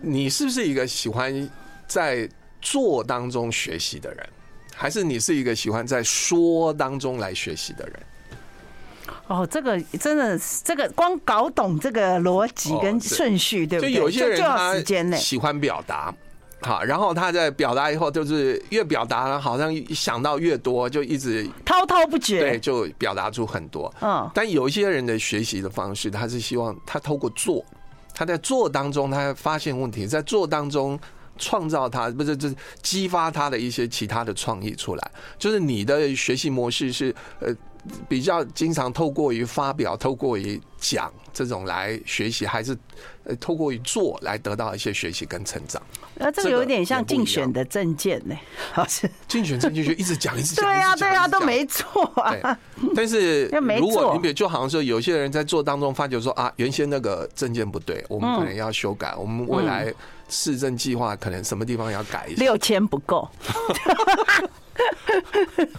[SPEAKER 2] 你是不是一个喜欢在做当中学习的人，还是你是一个喜欢在说当中来学习的人？
[SPEAKER 1] 哦，这个真的是，这个光搞懂这个逻辑
[SPEAKER 2] 哦
[SPEAKER 1] 跟
[SPEAKER 2] 对
[SPEAKER 1] 顺序，对不
[SPEAKER 2] 就
[SPEAKER 1] 对？
[SPEAKER 2] 有些人
[SPEAKER 1] 就要
[SPEAKER 2] 他
[SPEAKER 1] 时间嘞。
[SPEAKER 2] 喜欢表达，好，然后他在表达以后，就是越表达好像想到越多，就一直
[SPEAKER 1] 滔滔不
[SPEAKER 2] 对，
[SPEAKER 1] 绝，
[SPEAKER 2] 就表达出很多。
[SPEAKER 1] 嗯
[SPEAKER 2] 但有一些人的学习的方式，他是希望他透过做，他在做当中，他发现问题，在做当中。创造他不是，就是激发他的一些其他的创意出来。就是你的学习模式是呃比较经常透过于发表、透过于讲这种来学习，还是呃透过于做来得到一些学习跟成长？
[SPEAKER 1] 那这个
[SPEAKER 2] 这个
[SPEAKER 1] 有点像
[SPEAKER 2] 也不一
[SPEAKER 1] 竞
[SPEAKER 2] 样
[SPEAKER 1] 选的证件 [LAUGHS] 呢，好像
[SPEAKER 2] 竞选政进学一直讲，一直
[SPEAKER 1] 对
[SPEAKER 2] 讲，一直
[SPEAKER 1] 呀
[SPEAKER 2] 讲
[SPEAKER 1] 对
[SPEAKER 2] 一
[SPEAKER 1] 呀
[SPEAKER 2] 直
[SPEAKER 1] 都
[SPEAKER 2] 讲
[SPEAKER 1] 没啊错啊，
[SPEAKER 2] 对，但是
[SPEAKER 1] [LAUGHS] 又没
[SPEAKER 2] 如
[SPEAKER 1] 做
[SPEAKER 2] 果你比就好像说，有些人在做当中发觉说啊，原先那个证件不对，我们可能要修改，我们未
[SPEAKER 1] 嗯
[SPEAKER 2] 来市政计划可能什么地方要改一下。
[SPEAKER 1] 六千不够， [LAUGHS]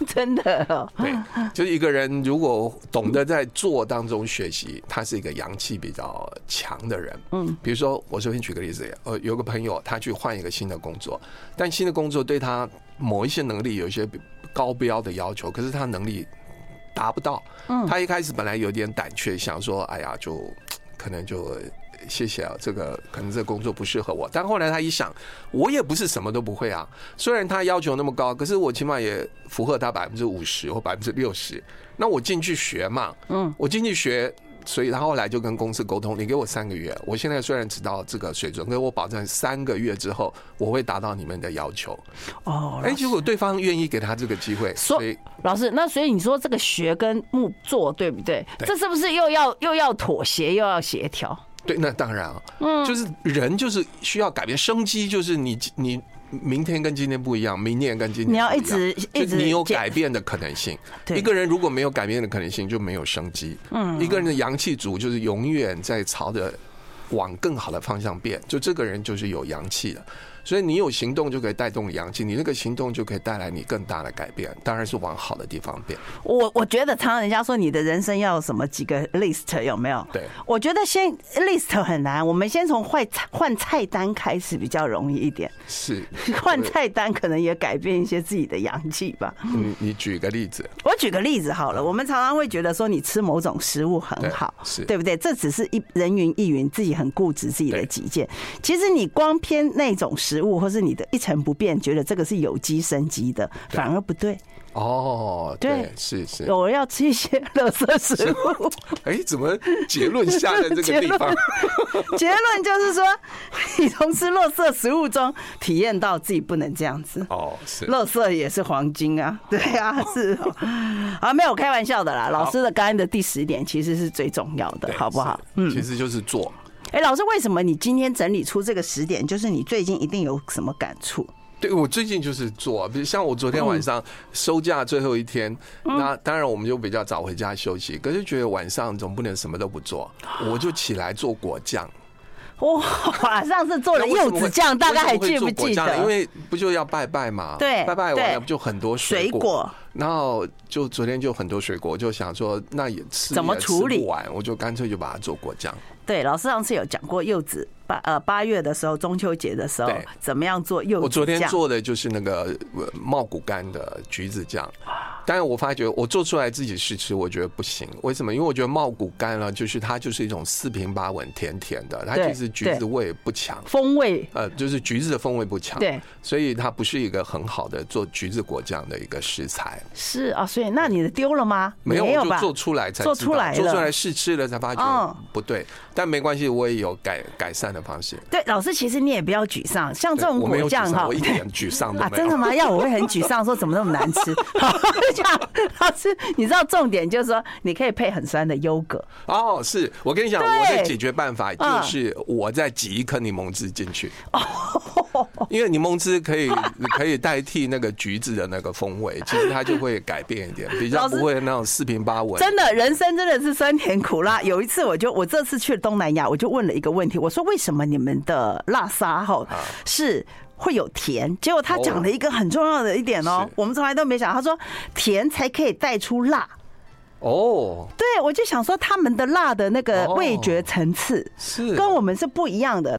[SPEAKER 1] 真的哦。
[SPEAKER 2] 对，就是一个人如果懂得在做当中学习，他是一个阳气比较强的人。嗯，比如说我随便举个例子，呃，有个朋友他去换一个新的工作，但新的工作对他某一些能力有一些高标的要求，可是他能力达不到。嗯，他一开始本来有点胆怯，想说，哎呀，就可能就。呃谢谢啊，这个可能这个工作不适合我。但后来他一想，我也不是什么都不会啊。虽然他要求那么高，可是我起码也符合他百分之五十或百分之六十。那我进去学嘛，嗯，我进去学，所以他后来就跟公司沟通，你给我三个月。我现在虽然只到这个水准，可是我保证三个月之后我会达到你们的要求。
[SPEAKER 1] 哦，
[SPEAKER 2] 哎，结果对方愿意给他这个机会，
[SPEAKER 1] 所
[SPEAKER 2] 所以
[SPEAKER 1] 老师，那所以你说这个学跟木做对不对？
[SPEAKER 2] 对
[SPEAKER 1] 这是不是又要又要妥协又要协调？
[SPEAKER 2] 对，那当然啊，
[SPEAKER 1] 嗯
[SPEAKER 2] 就是人就是需要改变生机，就是你你明天跟今天不一样，明年跟今天
[SPEAKER 1] 你要
[SPEAKER 2] 不
[SPEAKER 1] 一
[SPEAKER 2] 样
[SPEAKER 1] 直
[SPEAKER 2] 就
[SPEAKER 1] 一直
[SPEAKER 2] 你有
[SPEAKER 1] 减
[SPEAKER 2] 改变的可能性。
[SPEAKER 1] 对
[SPEAKER 2] 一个人如果没有改变的可能性，就没有生机。嗯，一个人的阳气足就是永远在朝着往更好的方向变，就这个人就是有阳气的。所以你有行动就可以带动阳气，你那个行动就可以带来你更大的改变，当然是往好的地方变。
[SPEAKER 1] 我我觉得常常人家说你的人生要有什么几个 list 有没有？
[SPEAKER 2] 对
[SPEAKER 1] 我觉得先 list 很难，我们先从换菜换菜单开始比较容易一
[SPEAKER 2] [LAUGHS]
[SPEAKER 1] 点。
[SPEAKER 2] 是
[SPEAKER 1] [LAUGHS] 换菜单可能也改变一些自己的阳气吧。
[SPEAKER 2] 你你举个例子，
[SPEAKER 1] 我举个例子好了，我们常常会觉得说你吃某种食物很好，
[SPEAKER 2] 对是
[SPEAKER 1] 对不对？这只是一人云亦云，自己很固执自己的
[SPEAKER 2] 对
[SPEAKER 1] 己见。
[SPEAKER 2] 嗯
[SPEAKER 1] 其实你光偏那种食物，或是你的一成不变，觉得这个是有机生机的，反而不对。
[SPEAKER 2] 哦，
[SPEAKER 1] 对
[SPEAKER 2] 对，是是，
[SPEAKER 1] 偶尔要吃一些垃圾食
[SPEAKER 2] [LAUGHS]
[SPEAKER 1] 物。
[SPEAKER 2] 哎，怎么结论下在这
[SPEAKER 1] [LAUGHS]
[SPEAKER 2] 个地方？
[SPEAKER 1] 结论就是说，你从吃垃圾食物中体验到自己不能这样子。
[SPEAKER 2] 哦，是
[SPEAKER 1] 垃圾也是黄金
[SPEAKER 2] [LAUGHS]
[SPEAKER 1] 啊，对啊，是哦啊，没有开玩笑的啦。老师的刚才的第十点其实是最重要的，
[SPEAKER 2] 对
[SPEAKER 1] 好不好
[SPEAKER 2] 是？
[SPEAKER 1] 嗯，
[SPEAKER 2] 其实就是做。
[SPEAKER 1] 哎，老师，为什么你今天整理出这个十点，就是你最近一定有什么感触？
[SPEAKER 2] 对，我最近就是做，比如像我昨天晚
[SPEAKER 1] 嗯
[SPEAKER 2] 上嗯收假最后一天，那当然我们就比较早回家休息，可是觉得晚上总不能什么都不做，
[SPEAKER 1] 啊
[SPEAKER 2] 我就起来做果酱。
[SPEAKER 1] 哇， [LAUGHS] 上次做
[SPEAKER 2] 那
[SPEAKER 1] 了
[SPEAKER 2] 为什
[SPEAKER 1] 柚
[SPEAKER 2] 么会
[SPEAKER 1] 子酱，大概还记不
[SPEAKER 2] 为什么会做果
[SPEAKER 1] 记
[SPEAKER 2] 酱呢
[SPEAKER 1] 得？
[SPEAKER 2] 因为不就要拜拜嘛，
[SPEAKER 1] 对
[SPEAKER 2] 拜拜完了
[SPEAKER 1] 对
[SPEAKER 2] 就很多
[SPEAKER 1] 水
[SPEAKER 2] 果，
[SPEAKER 1] 果
[SPEAKER 2] 然后就昨天就很多水果，我就想说那也吃
[SPEAKER 1] 怎么
[SPEAKER 2] 也吃
[SPEAKER 1] 处理
[SPEAKER 2] 不完，我就干脆就把它做果酱。
[SPEAKER 1] 对，老师上次有讲过柚子八呃八月的时候，中秋节的时候
[SPEAKER 2] 对
[SPEAKER 1] 怎么样做柚子酱？
[SPEAKER 2] 我昨天做的就是那个呃茂谷干的橘子酱，当然，我发觉我做出来自己试吃，我觉得不行。为什么？因为我觉得茂谷干了，就是它就是一种四平八稳、甜甜的，它
[SPEAKER 1] 对
[SPEAKER 2] 其实橘子
[SPEAKER 1] 对
[SPEAKER 2] 味不强，
[SPEAKER 1] 风味
[SPEAKER 2] 呃，就是橘子的风味不强，
[SPEAKER 1] 对，
[SPEAKER 2] 所以它不是一个很好的做橘子果酱的一个食材。
[SPEAKER 1] 是啊，所以那你的丢了吗？
[SPEAKER 2] 没有，我就
[SPEAKER 1] 吧？
[SPEAKER 2] 做出来才知
[SPEAKER 1] 做
[SPEAKER 2] 道
[SPEAKER 1] 出来了
[SPEAKER 2] 做出来试吃了才发觉
[SPEAKER 1] 嗯
[SPEAKER 2] 不对，但没关系，我也有改改善的方式。
[SPEAKER 1] 对，老师，其实你也不要沮丧，像这
[SPEAKER 2] 对
[SPEAKER 1] 种
[SPEAKER 2] 我没有
[SPEAKER 1] 果
[SPEAKER 2] 沮
[SPEAKER 1] 酱
[SPEAKER 2] 丧，
[SPEAKER 1] 哈
[SPEAKER 2] 我，一点沮丧都
[SPEAKER 1] 啊，
[SPEAKER 2] 没有
[SPEAKER 1] 真的。吗？要我会很沮丧，说怎么那么难吃。 [LAUGHS] 这样，老师，你知道重点就是说，你可以配很酸的优格，
[SPEAKER 2] 哦，是我跟你讲，
[SPEAKER 1] 对
[SPEAKER 2] 我的解决办法
[SPEAKER 1] 嗯
[SPEAKER 2] 就是我再挤一颗柠檬汁进
[SPEAKER 1] [LAUGHS]
[SPEAKER 2] 去，因为柠檬汁可以 [LAUGHS] 可以代替那个橘子的那个风味，其实它就会改变一点，比较
[SPEAKER 1] 老师
[SPEAKER 2] 不会那种四平八稳。
[SPEAKER 1] 真的，人生真的是酸甜苦辣。
[SPEAKER 2] 嗯
[SPEAKER 1] 有一次，我就我这次去东南亚，我就问了一个问题，我说为什么你们的辣沙哈
[SPEAKER 2] 啊
[SPEAKER 1] 是会有甜？结果他讲了一个很重要的一点哦
[SPEAKER 2] 是，
[SPEAKER 1] 我们从来都没想到，他说甜才可以带出辣。
[SPEAKER 2] 哦，
[SPEAKER 1] 对，我就想说他们的辣的那个味觉层次
[SPEAKER 2] 是
[SPEAKER 1] 跟我们是不一样的。